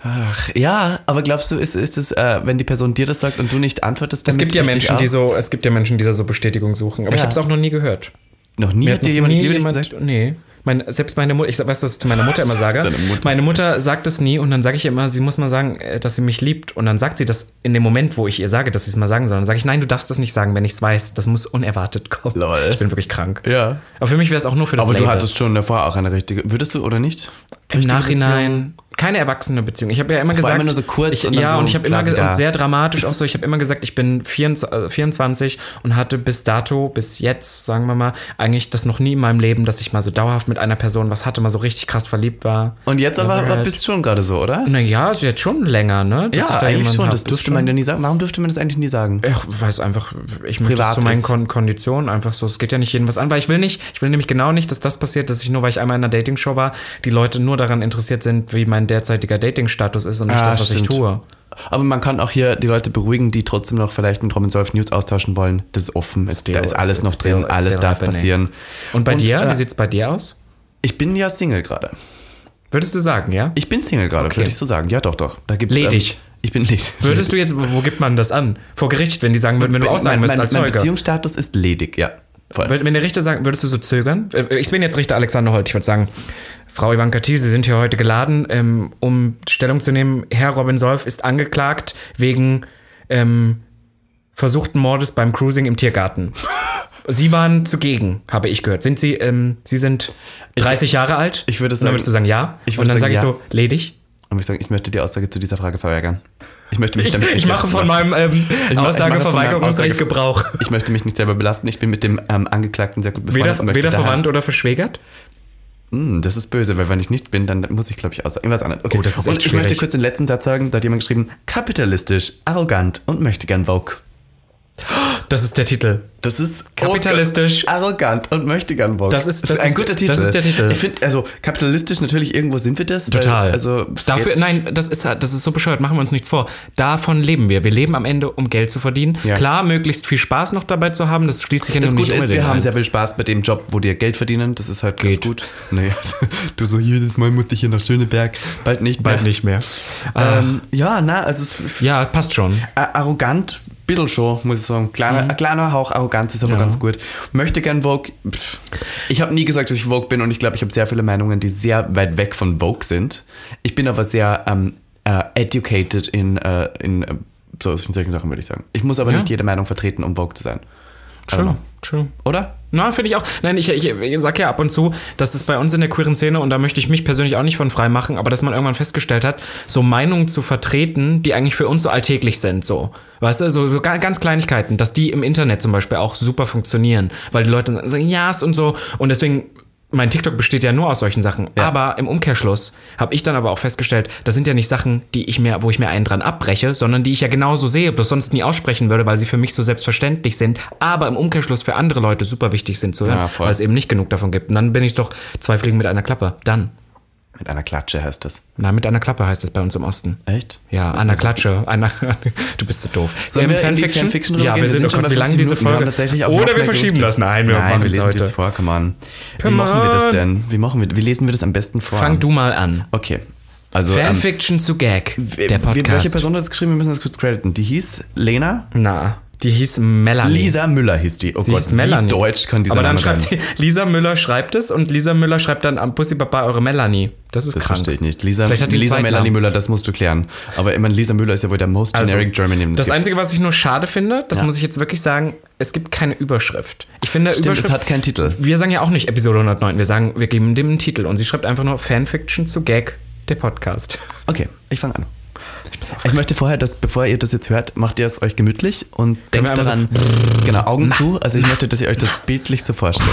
Ach, ja, aber glaubst du, ist, ist es, äh, wenn die Person dir das sagt und du nicht antwortest, dann Es gibt ja Menschen, die so, es gibt ja Menschen, die da so Bestätigung suchen. Aber ich Ja. habe es auch noch nie gehört. Noch nie Hat hat dir noch jemand Ich nie liebe dich jemand- gesagt? Nee. Mein, selbst meine Mutter, ich sag- weiß, was ich zu meiner Mutter immer Was sage. deine Mutter? Meine Mutter sagt es nie und dann sage ich ihr immer, sie muss mal sagen, äh, dass sie mich liebt. Und dann sagt sie das in dem Moment, wo ich ihr sage, dass sie es mal sagen soll. Dann sage ich, nein, du darfst das nicht sagen, wenn ich es weiß. Das muss unerwartet kommen. Lol. Ich bin wirklich krank. Ja. Aber für mich wäre es auch nur für das Aber du Label. hattest schon davor auch eine richtige. Würdest du oder nicht? im Richtige Nachhinein Beziehung? keine erwachsene Beziehung. Ich habe ja immer war gesagt, immer nur so kurz ich, und dann ja, so und ich habe immer quasi gesagt, da. und sehr dramatisch auch so, ich habe immer gesagt, ich bin 24, äh, 24 und hatte bis dato, bis jetzt, sagen wir mal, eigentlich das noch nie in meinem Leben, dass ich mal so dauerhaft mit einer Person was hatte, mal so richtig krass verliebt war. Und jetzt aber Alright. bist du schon gerade so, oder? naja, ist also jetzt schon länger, ne? dass ich ja, da eigentlich jemanden schon. hab. Das Ist dürfte schon- man ja nie sagen. Warum dürfte man das eigentlich nie sagen? ich weiß einfach, ich möchte Privat das zu meinen ist- Kon Konditionen einfach so. Es geht ja nicht jedem was an, weil ich will nicht, ich will nämlich genau nicht, dass das passiert, dass ich nur, weil ich einmal in einer Dating-Show war, die Leute nur daran interessiert sind, wie mein derzeitiger Dating-Status ist und nicht Ah, das, was stimmt. ich tue. Aber man kann auch hier die Leute beruhigen, die trotzdem noch vielleicht mit Robin Solf News austauschen wollen. Das ist offen. Es- Still, da ist alles it's- noch it's still- drin. it's Alles still darf happening. passieren. Und bei dir, äh, wie sieht's bei dir aus? ich bin ja Single gerade. Würdest du sagen, ja? Ich bin Single gerade, würde ich so sagen. Ja, doch, doch. Da gibt's, Ledig. Ähm, ich bin ledig. Würdest du jetzt, wo gibt man das an? Vor Gericht, wenn die sagen würden, wenn du Bin- aussagen mein, müsstest mein, als Mein Zeuge. Beziehungsstatus ist ledig, ja. Voll. Wenn wenn der Richter sagen, würdest du so zögern? Äh, Ich bin jetzt Richter Alexander Holt. Ich würde sagen, Frau Ivanka Thiel, Sie sind hier heute geladen, ähm, um Stellung zu nehmen. Herr Robin Solf ist angeklagt wegen ähm, versuchten Mordes beim Cruising im Tiergarten. Sie waren zugegen, habe ich gehört. Sind Sie, ähm, Sie sind 30 Jahre alt? ich würde Und dann sagen- würdest du sagen, ja. ich Und würde dann sagen, sage ich ja. so, ledig. Und ich sagen, ich möchte die Aussage zu dieser Frage verweigern. Ich möchte mich Ich, damit nicht ich mache belasten von lassen. meinem ähm, Ich ma- ich mache von meinem Aussageverweigerungsrecht Aussage- Gebrauch. Ich möchte mich nicht selber belasten. Ich bin mit dem ähm, Angeklagten sehr gut befreundet. Weder, und möchte weder daher- verwandt oder verschwägert? Hm, das ist böse, weil wenn ich nicht bin, dann muss ich, glaube ich, aussagen. Irgendwas anderes. Okay. Oh, das ist und echt ich möchte schwierig. kurz den letzten Satz sagen. Da hat jemand geschrieben, kapitalistisch, arrogant und möchte gern Vogue. Das ist der Titel. Das ist Kapitalistisch. oh Gott, arrogant und möchte gern Vogue. Das ist- das ein ist- guter das Titel. ist der Titel. Ich finde, also kapitalistisch natürlich irgendwo sind wir das. Total. Weil, also dafür, jetzt- nein, das ist halt- das ist so bescheuert. Machen wir uns nichts vor. Davon leben wir. Wir leben am Ende, um Geld zu verdienen. Ja. Klar, möglichst viel Spaß noch dabei zu haben. Das schließt sich ja Das nun nicht um Gute ist, unbedingt wir haben ein. sehr viel Spaß bei dem Job, wo wir Geld verdienen. Das ist halt Geht. ganz gut. Naja, du so jedes Mal musste ich hier nach Schöneberg. Bald nicht bald mehr. nicht Ah. mehr. Äh, Ähm, ja, na, also es ist Ja, passt schon. a- arrogant, bisschen schon, muss ich sagen. Mhm. Kleiner, Ein kleiner Hauch Arroganz ist aber ganz gut. Möchte gern Vogue. Pff. Ich habe nie gesagt, dass ich Vogue bin und ich glaube, ich habe sehr viele Meinungen, die sehr weit weg von Vogue sind. Ich bin aber sehr ähm, äh, educated in, äh, in äh, so, solchen Sachen, würde ich sagen. Ich muss aber Ja. nicht jede Meinung vertreten, um Vogue zu sein. True, true. Oder? Na, finde ich auch. Nein, ich, ich, ich sag ja ab und zu, dass es bei uns in der queeren Szene, und da möchte ich mich persönlich auch nicht von frei machen, aber dass man irgendwann festgestellt hat, so Meinungen zu vertreten, die eigentlich für uns so alltäglich sind, so. Weißt du, so, so ga- ganz Kleinigkeiten, dass die im Internet zum Beispiel auch super funktionieren, weil die Leute dann sagen, ja, yes und so. Und deswegen, mein TikTok besteht ja nur aus solchen Sachen. Aber im Umkehrschluss habe ich dann aber auch festgestellt, das sind ja nicht Sachen, die ich mir, wo ich mir einen dran abbreche, sondern die ich ja genauso sehe, bloß sonst nie aussprechen würde, weil sie für mich so selbstverständlich sind, aber im Umkehrschluss für andere Leute super wichtig sind zu hören, Ja, voll. weil es eben nicht genug davon gibt. Und dann bin ich doch zwei Fliegen mit einer Klappe. Dann. Mit einer Klatsche heißt das. Na, mit einer Klappe heißt es bei uns im Osten. Echt? Ja, an der Klatsche. Einer, du bist so doof. Sollen Ähm, wir in die Fanfiction ja, rübergehen? wir sind, schon bei wie lange 50 diese Minuten. Wir haben Folge. tatsächlich auch noch Oder wir mehr verschieben Gerüchte. das. Nein, wir Nein, machen wir es lesen heute. jetzt vor, come on. Come wie machen wir das on. denn? Wie, machen wir, wie lesen wir das am besten vor? Fang du mal an. Okay. Also, ähm, Fanfiction zu Gag, der Wie- Podcast. Welche Person hat das geschrieben? Wir müssen das kurz crediten. Die hieß Lena. Na, die hieß Melanie. Lisa Müller hieß die. Oh Die Gott, hieß Melanie. wie deutsch kann dieser Aber dann Name schreibt sein? die, Lisa Müller schreibt es und Lisa Müller schreibt dann am Pussy Papa eure Melanie. Das ist Das krank. verstehe ich nicht. Lisa, Vielleicht hat die einen Lisa zweiten Melanie Namen. Müller, das musst du klären. Aber ich meine, Lisa Müller ist ja wohl der most Also, generic German name das Einzige, was ich nur schade finde, das Ja. muss ich jetzt wirklich sagen, es gibt keine Überschrift. Ich finde, Stimmt, es Überschrift hat keinen Titel. Wir sagen ja auch nicht Episode 109, wir sagen, wir geben dem einen Titel und sie schreibt einfach nur Fanfiction zu Gag, der Podcast. Okay, ich fange an. Ich möchte vorher, dass, bevor ihr das jetzt hört, macht ihr es euch gemütlich und wir denkt einmal daran, genau, Augen zu. Also ich möchte, dass ihr euch das bildlich so vorstellt.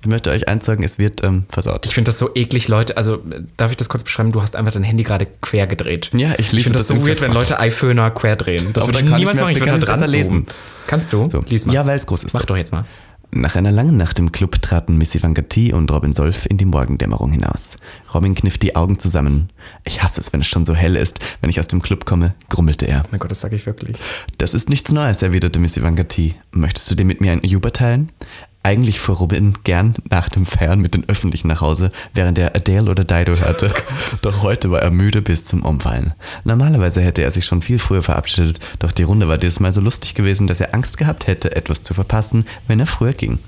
Ich möchte euch eins sagen, es wird ähm, versaut. Ich finde das so eklig, Leute. Also, äh, darf ich das kurz beschreiben? Du hast einfach dein Handy gerade quer gedreht. Ja, ich lese Ich finde das das, so in weird, wenn Querformat. Leute iPhöner quer drehen. Das Aber würde ich dann kann niemals ich's mir- machen. Ich würde dann halt kann dran ich's besser lesen. lesen. Kannst du? So. Lies mal. Ja, weil's groß ist. Mach doch jetzt mal. Nach einer langen Nacht im Club traten Missy Van Gatti und Robin Solf in die Morgendämmerung hinaus. Robin kniff die Augen zusammen. Ich hasse es, wenn es schon so hell ist. Wenn ich aus dem Club komme, grummelte er. Mein Gott, das sage ich wirklich. Das ist nichts Neues, erwiderte Missy Van Gatti. Möchtest du dir mit mir ein Uber teilen? Eigentlich fuhr Robin gern nach dem Feiern mit den Öffentlichen nach Hause, während er Adele oder Dido Oh hörte. doch heute war er müde bis zum Umfallen. Normalerweise hätte er sich schon viel früher verabschiedet, doch die Runde war diesmal so lustig gewesen, dass er Angst gehabt hätte, etwas zu verpassen, wenn er früher ging.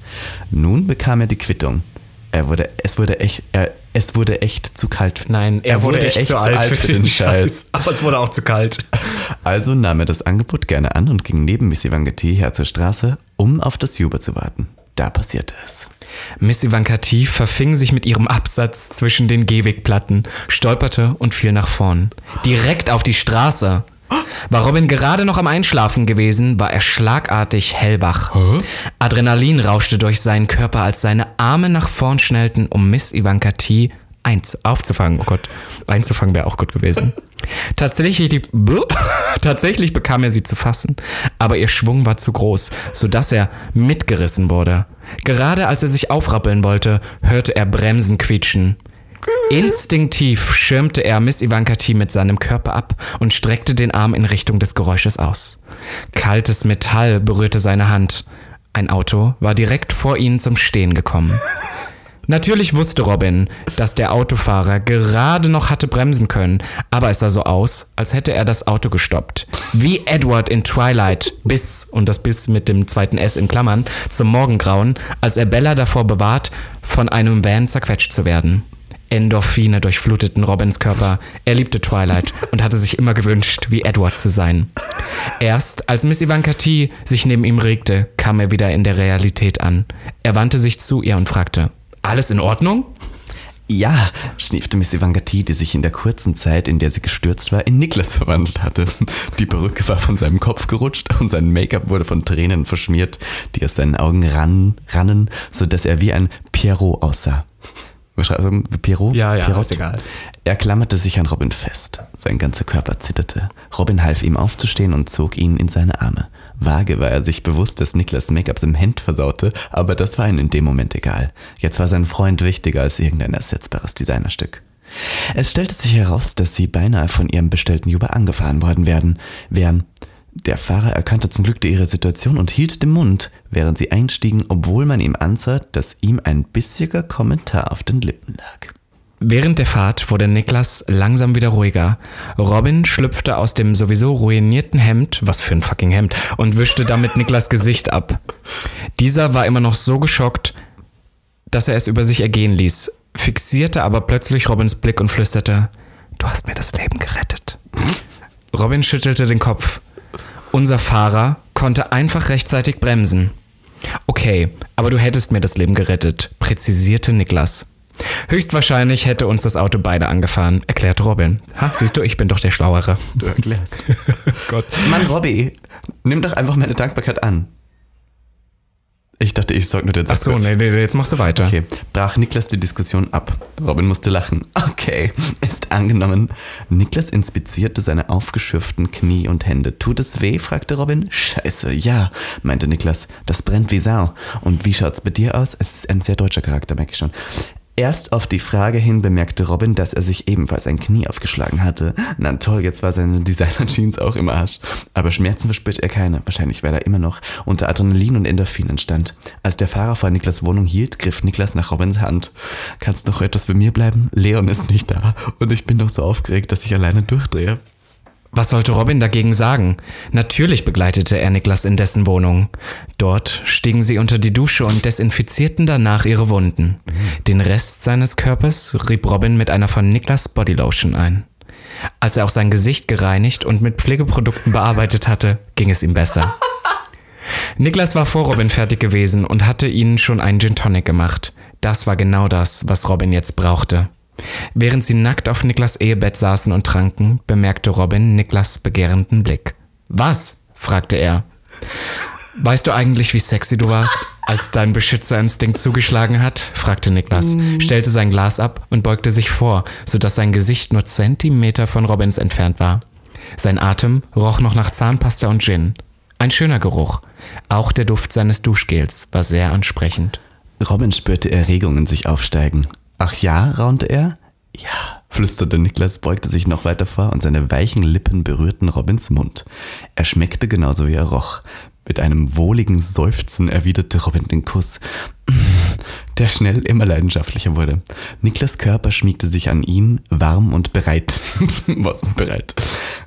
Nun bekam er die Quittung. Er wurde, es wurde echt, er, es wurde echt zu kalt. Nein, er, wurde, echt, zu alt, für, den, Scheiß. Aber es wurde auch zu kalt. Also nahm er das Angebot gerne an und ging neben Missy Vangetti her zur Straße, um auf das Uber zu warten. Da passierte es. Miss Ivankati verfing sich mit ihrem Absatz zwischen den Gehwegplatten, stolperte und fiel nach vorn. Direkt auf die Straße. War Robin gerade noch am Einschlafen gewesen, war er schlagartig hellwach. Adrenalin rauschte durch seinen Körper, als seine Arme nach vorn schnellten, um Miss Ivankati einzu aufzufangen. Oh Gott, einzufangen wäre auch gut gewesen. Tatsächlich, die Blub. tatsächlich bekam er sie zu fassen, aber ihr Schwung war zu groß, sodass er mitgerissen wurde. Gerade als er sich aufrappeln wollte, hörte er Bremsen quietschen. Instinktiv schirmte er Miss Ivanka T mit seinem Körper ab und streckte den Arm in Richtung des Geräusches aus. Kaltes Metall berührte seine Hand. Ein Auto war direkt vor ihnen zum Stehen gekommen. Natürlich wusste Robin, dass der Autofahrer gerade noch hatte bremsen können, aber es sah so aus, als hätte er das Auto gestoppt. Wie Edward in Twilight bis, und das bis mit dem zweiten S in Klammern, zum Morgengrauen, als er Bella davor bewahrt, von einem Van zerquetscht zu werden. Endorphine durchfluteten Robins Körper. Er liebte Twilight und hatte sich immer gewünscht, wie Edward zu sein. Erst als Miss Ivanka T. sich neben ihm regte, kam er wieder in der Realität an. Er wandte sich zu ihr und fragte, alles in Ordnung? Ja, schniefte Missy Vangetti, die sich in der kurzen Zeit, in der sie gestürzt war, in Niklas verwandelt hatte. Die Perücke war von seinem Kopf gerutscht und sein Make-up wurde von Tränen verschmiert, die aus seinen Augen rannen, rannen sodass er wie ein Pierrot aussah. Wir schreiben Pierrot? Ja, ja, Pierrot? ist egal. Er klammerte sich an Robin fest. Sein ganzer Körper zitterte. Robin half ihm aufzustehen und zog ihn in seine Arme. Vage war er sich bewusst, dass Niklas Make-up im Hemd versaute, aber das war ihm in dem Moment egal. Jetzt war sein Freund wichtiger als irgendein ersetzbares Designerstück. Es stellte sich heraus, dass sie beinahe von ihrem bestellten Uber angefahren worden werden, wären. Der Fahrer erkannte zum Glück ihre Situation und hielt den Mund, während sie einstiegen, obwohl man ihm ansah, dass ihm ein bissiger Kommentar auf den Lippen lag. Während der Fahrt wurde Niklas langsam wieder ruhiger. Robin schlüpfte aus dem sowieso ruinierten Hemd, was für ein fucking Hemd, und wischte damit Niklas Gesicht ab. Dieser war immer noch so geschockt, dass er es über sich ergehen ließ, fixierte aber plötzlich Robins Blick und flüsterte, Du hast mir das Leben gerettet. Robin schüttelte den Kopf. Unser Fahrer konnte einfach rechtzeitig bremsen. Okay, aber du hättest mir das Leben gerettet, präzisierte Niklas. Höchstwahrscheinlich hätte uns das Auto beide angefahren, erklärte Robin. Ha, siehst du, ich bin doch der Schlauere. Du erklärst. Mann, Robby, nimm doch einfach meine Dankbarkeit an. Ich dachte, ich sollte nur den Ach Satz so, kurz- nee, nee, nee, jetzt machst du weiter. Okay, brach Niklas die Diskussion ab. Robin musste lachen. Okay, ist angenommen. Niklas inspizierte seine aufgeschürften Knie und Hände. Tut es weh? fragte Robin. Scheiße, ja, meinte Niklas. Das brennt wie Sau. Und wie schaut's bei dir aus? Es ist ein sehr deutscher Charakter, merke ich schon. Erst auf die Frage hin bemerkte Robin, dass er sich ebenfalls ein Knie aufgeschlagen hatte. Na toll, jetzt war seine Designer-Jeans auch im Arsch. Aber Schmerzen verspürte er keine, wahrscheinlich weil er immer noch unter Adrenalin und Endorphinen stand. Als der Fahrer vor Niklas Wohnung hielt, griff Niklas nach Robins Hand. Kannst noch etwas bei mir bleiben? Leon ist nicht da und ich bin noch so aufgeregt, dass ich alleine durchdrehe. Was sollte Robin dagegen sagen? Natürlich begleitete er Niklas in dessen Wohnung. Dort stiegen sie unter die Dusche und desinfizierten danach ihre Wunden. Den Rest seines Körpers rieb Robin mit einer von Niklas Bodylotion ein. Als er auch sein Gesicht gereinigt und mit Pflegeprodukten bearbeitet hatte, ging es ihm besser. Niklas war vor Robin fertig gewesen und hatte ihnen schon einen Gin Tonic gemacht. Das war genau das, was Robin jetzt brauchte. Während sie nackt auf Niklas Ehebett saßen und tranken, bemerkte Robin Niklas begehrenden Blick. Was? fragte er. Weißt du eigentlich, wie sexy du warst, als dein Beschützerinstinkt zugeschlagen hat? fragte Niklas, stellte sein Glas ab und beugte sich vor, sodass sein Gesicht nur Zentimeter von Robins entfernt war. Sein Atem roch noch nach Zahnpasta und Gin. Ein schöner Geruch. Auch der Duft seines Duschgels war sehr ansprechend. Robin spürte Erregungen sich aufsteigen. Ach ja, raunte er. Ja, flüsterte Niklas, beugte sich noch weiter vor und seine weichen Lippen berührten Robins Mund. Er schmeckte genauso wie er roch. Mit einem wohligen Seufzen erwiderte Robin den Kuss, der schnell immer leidenschaftlicher wurde. Niklas Körper schmiegte sich an ihn, warm und bereit. Was bereit?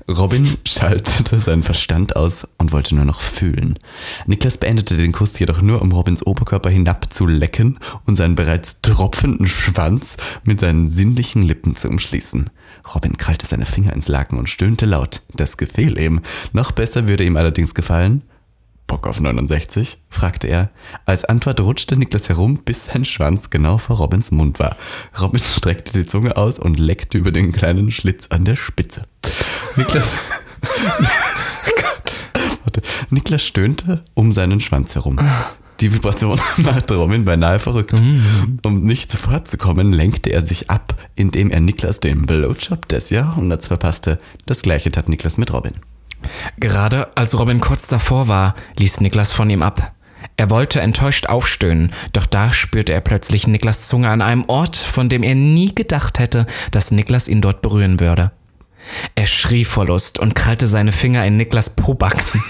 Robin schaltete seinen Verstand aus und wollte nur noch fühlen. Niklas beendete den Kuss jedoch nur, um Robins Oberkörper hinab zu lecken und seinen bereits tropfenden Schwanz mit seinen sinnlichen Lippen zu umschließen. Robin krallte seine Finger ins Laken und stöhnte laut. Das gefiel ihm. Noch besser würde ihm allerdings gefallen, Bock auf 69? fragte er. Als Antwort rutschte Niklas herum, bis sein Schwanz genau vor Robins Mund war. Robin streckte die Zunge aus und leckte über den kleinen Schlitz an der Spitze. Niklas. Warte. Niklas stöhnte um seinen Schwanz herum. Die Vibration machte Robin beinahe verrückt. Um nicht sofort zu kommen, lenkte er sich ab, indem er Niklas den Blowjob des Jahrhunderts verpasste. Das gleiche tat Niklas mit Robin. Gerade als Robin kurz davor war, ließ Niklas von ihm ab. Er wollte enttäuscht aufstöhnen, doch da spürte er plötzlich Niklas Zunge an einem Ort, von dem er nie gedacht hätte, dass Niklas ihn dort berühren würde. Er schrie vor Lust und krallte seine Finger in Niklas Pobacken.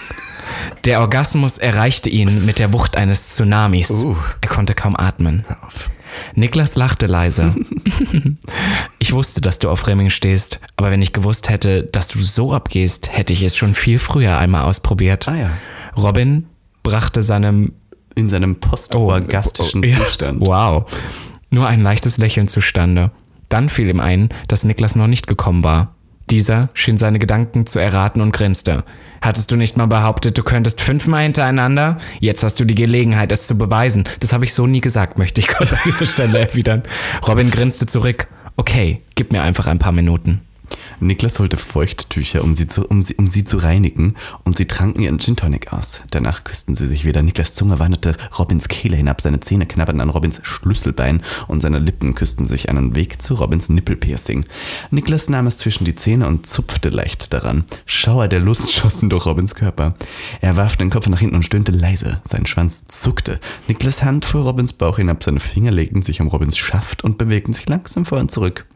Der Orgasmus erreichte ihn mit der Wucht eines Tsunamis. Uh. Er konnte kaum atmen. Hör auf. Niklas lachte leise. ich wusste, dass du auf Remming stehst, aber wenn ich gewusst hätte, dass du so abgehst, hätte ich es schon viel früher einmal ausprobiert. Ah ja. Robin brachte seinem In seinem postorgastischen oh, ja, Zustand. Wow. Nur ein leichtes Lächeln zustande. Dann fiel ihm ein, dass Niklas noch nicht gekommen war. Dieser schien seine Gedanken zu erraten und grinste. Hattest du nicht mal behauptet, du könntest fünfmal hintereinander? Jetzt hast du die Gelegenheit, es zu beweisen. Das habe ich so nie gesagt, möchte ich kurz an dieser Stelle erwidern. Robin grinste zurück. Okay, gib mir einfach ein paar Minuten. Niklas holte Feuchttücher, um sie, zu, um, sie, um sie zu reinigen, und sie tranken ihren Gin Tonic aus. Danach küssten sie sich wieder. Niklas Zunge wanderte Robins Kehle hinab, seine Zähne knabberten an Robins Schlüsselbein und seine Lippen küssten sich einen Weg zu Robins Nippelpiercing. Niklas nahm es zwischen die Zähne und zupfte leicht daran. Schauer der Lust schossen durch Robins Körper. Er warf den Kopf nach hinten und stöhnte leise. Sein Schwanz zuckte. Niklas Hand fuhr Robins Bauch hinab, seine Finger legten sich um Robins Schaft und bewegten sich langsam vor und zurück.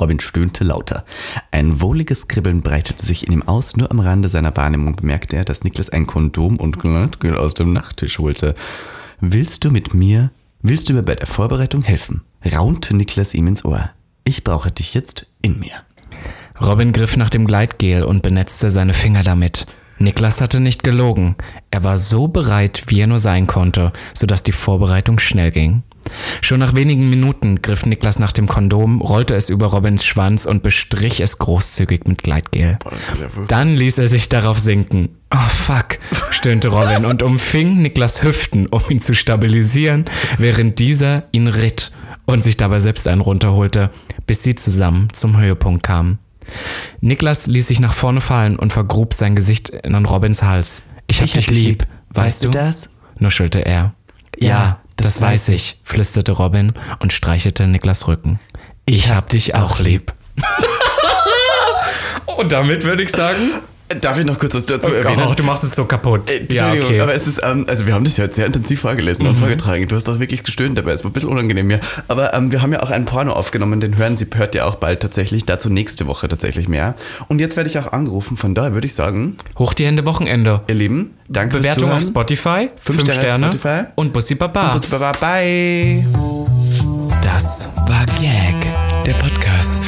Robin stöhnte lauter. Ein wohliges Kribbeln breitete sich in ihm aus. Nur am Rande seiner Wahrnehmung bemerkte er, dass Niklas ein Kondom und Gleitgel aus dem Nachttisch holte. Willst du mit mir, willst du mir bei der Vorbereitung helfen? raunte Niklas ihm ins Ohr. Ich brauche dich jetzt in mir. Robin griff nach dem Gleitgel und benetzte seine Finger damit. Niklas hatte nicht gelogen. Er war so bereit, wie er nur sein konnte, sodass die Vorbereitung schnell ging. Schon nach wenigen Minuten griff Niklas nach dem Kondom, rollte es über Robins Schwanz und bestrich es großzügig mit Gleitgel. Dann ließ er sich darauf sinken. Oh fuck, stöhnte Robin und umfing Niklas Hüften, um ihn zu stabilisieren, während dieser ihn ritt und sich dabei selbst einen runterholte, bis sie zusammen zum Höhepunkt kamen. Niklas ließ sich nach vorne fallen und vergrub sein Gesicht in an Robins Hals. Ich hab, dich lieb, weißt du? das? nuschelte er. Ja, das, weiß ich, flüsterte Robin und streichelte Niklas Rücken. Ich hab dich auch lieb. und damit würde ich sagen, Darf ich noch kurz was dazu erwähnen? oh, du machst es so kaputt. Äh, ja, Entschuldigung, okay. Mhm. aber es ist, ähm, also wir haben das ja jetzt sehr intensiv vorgelesen und vorgetragen. Du hast auch wirklich gestöhnt dabei, es war ein bisschen unangenehm mir. Aber ähm, wir haben ja auch einen Porno aufgenommen, den hören Sie, hört ihr auch bald tatsächlich, dazu nächste Woche tatsächlich mehr. Und jetzt werde ich auch angerufen, von daher würde ich sagen, Hoch die Hände Wochenende. ihr Lieben, danke Bewertung auf fürs Zuhören. Spotify, 5 Sterne auf Sterne, Spotify. und Bussi Baba. Bussi, Baba, bye. Das war Gag, der Podcast.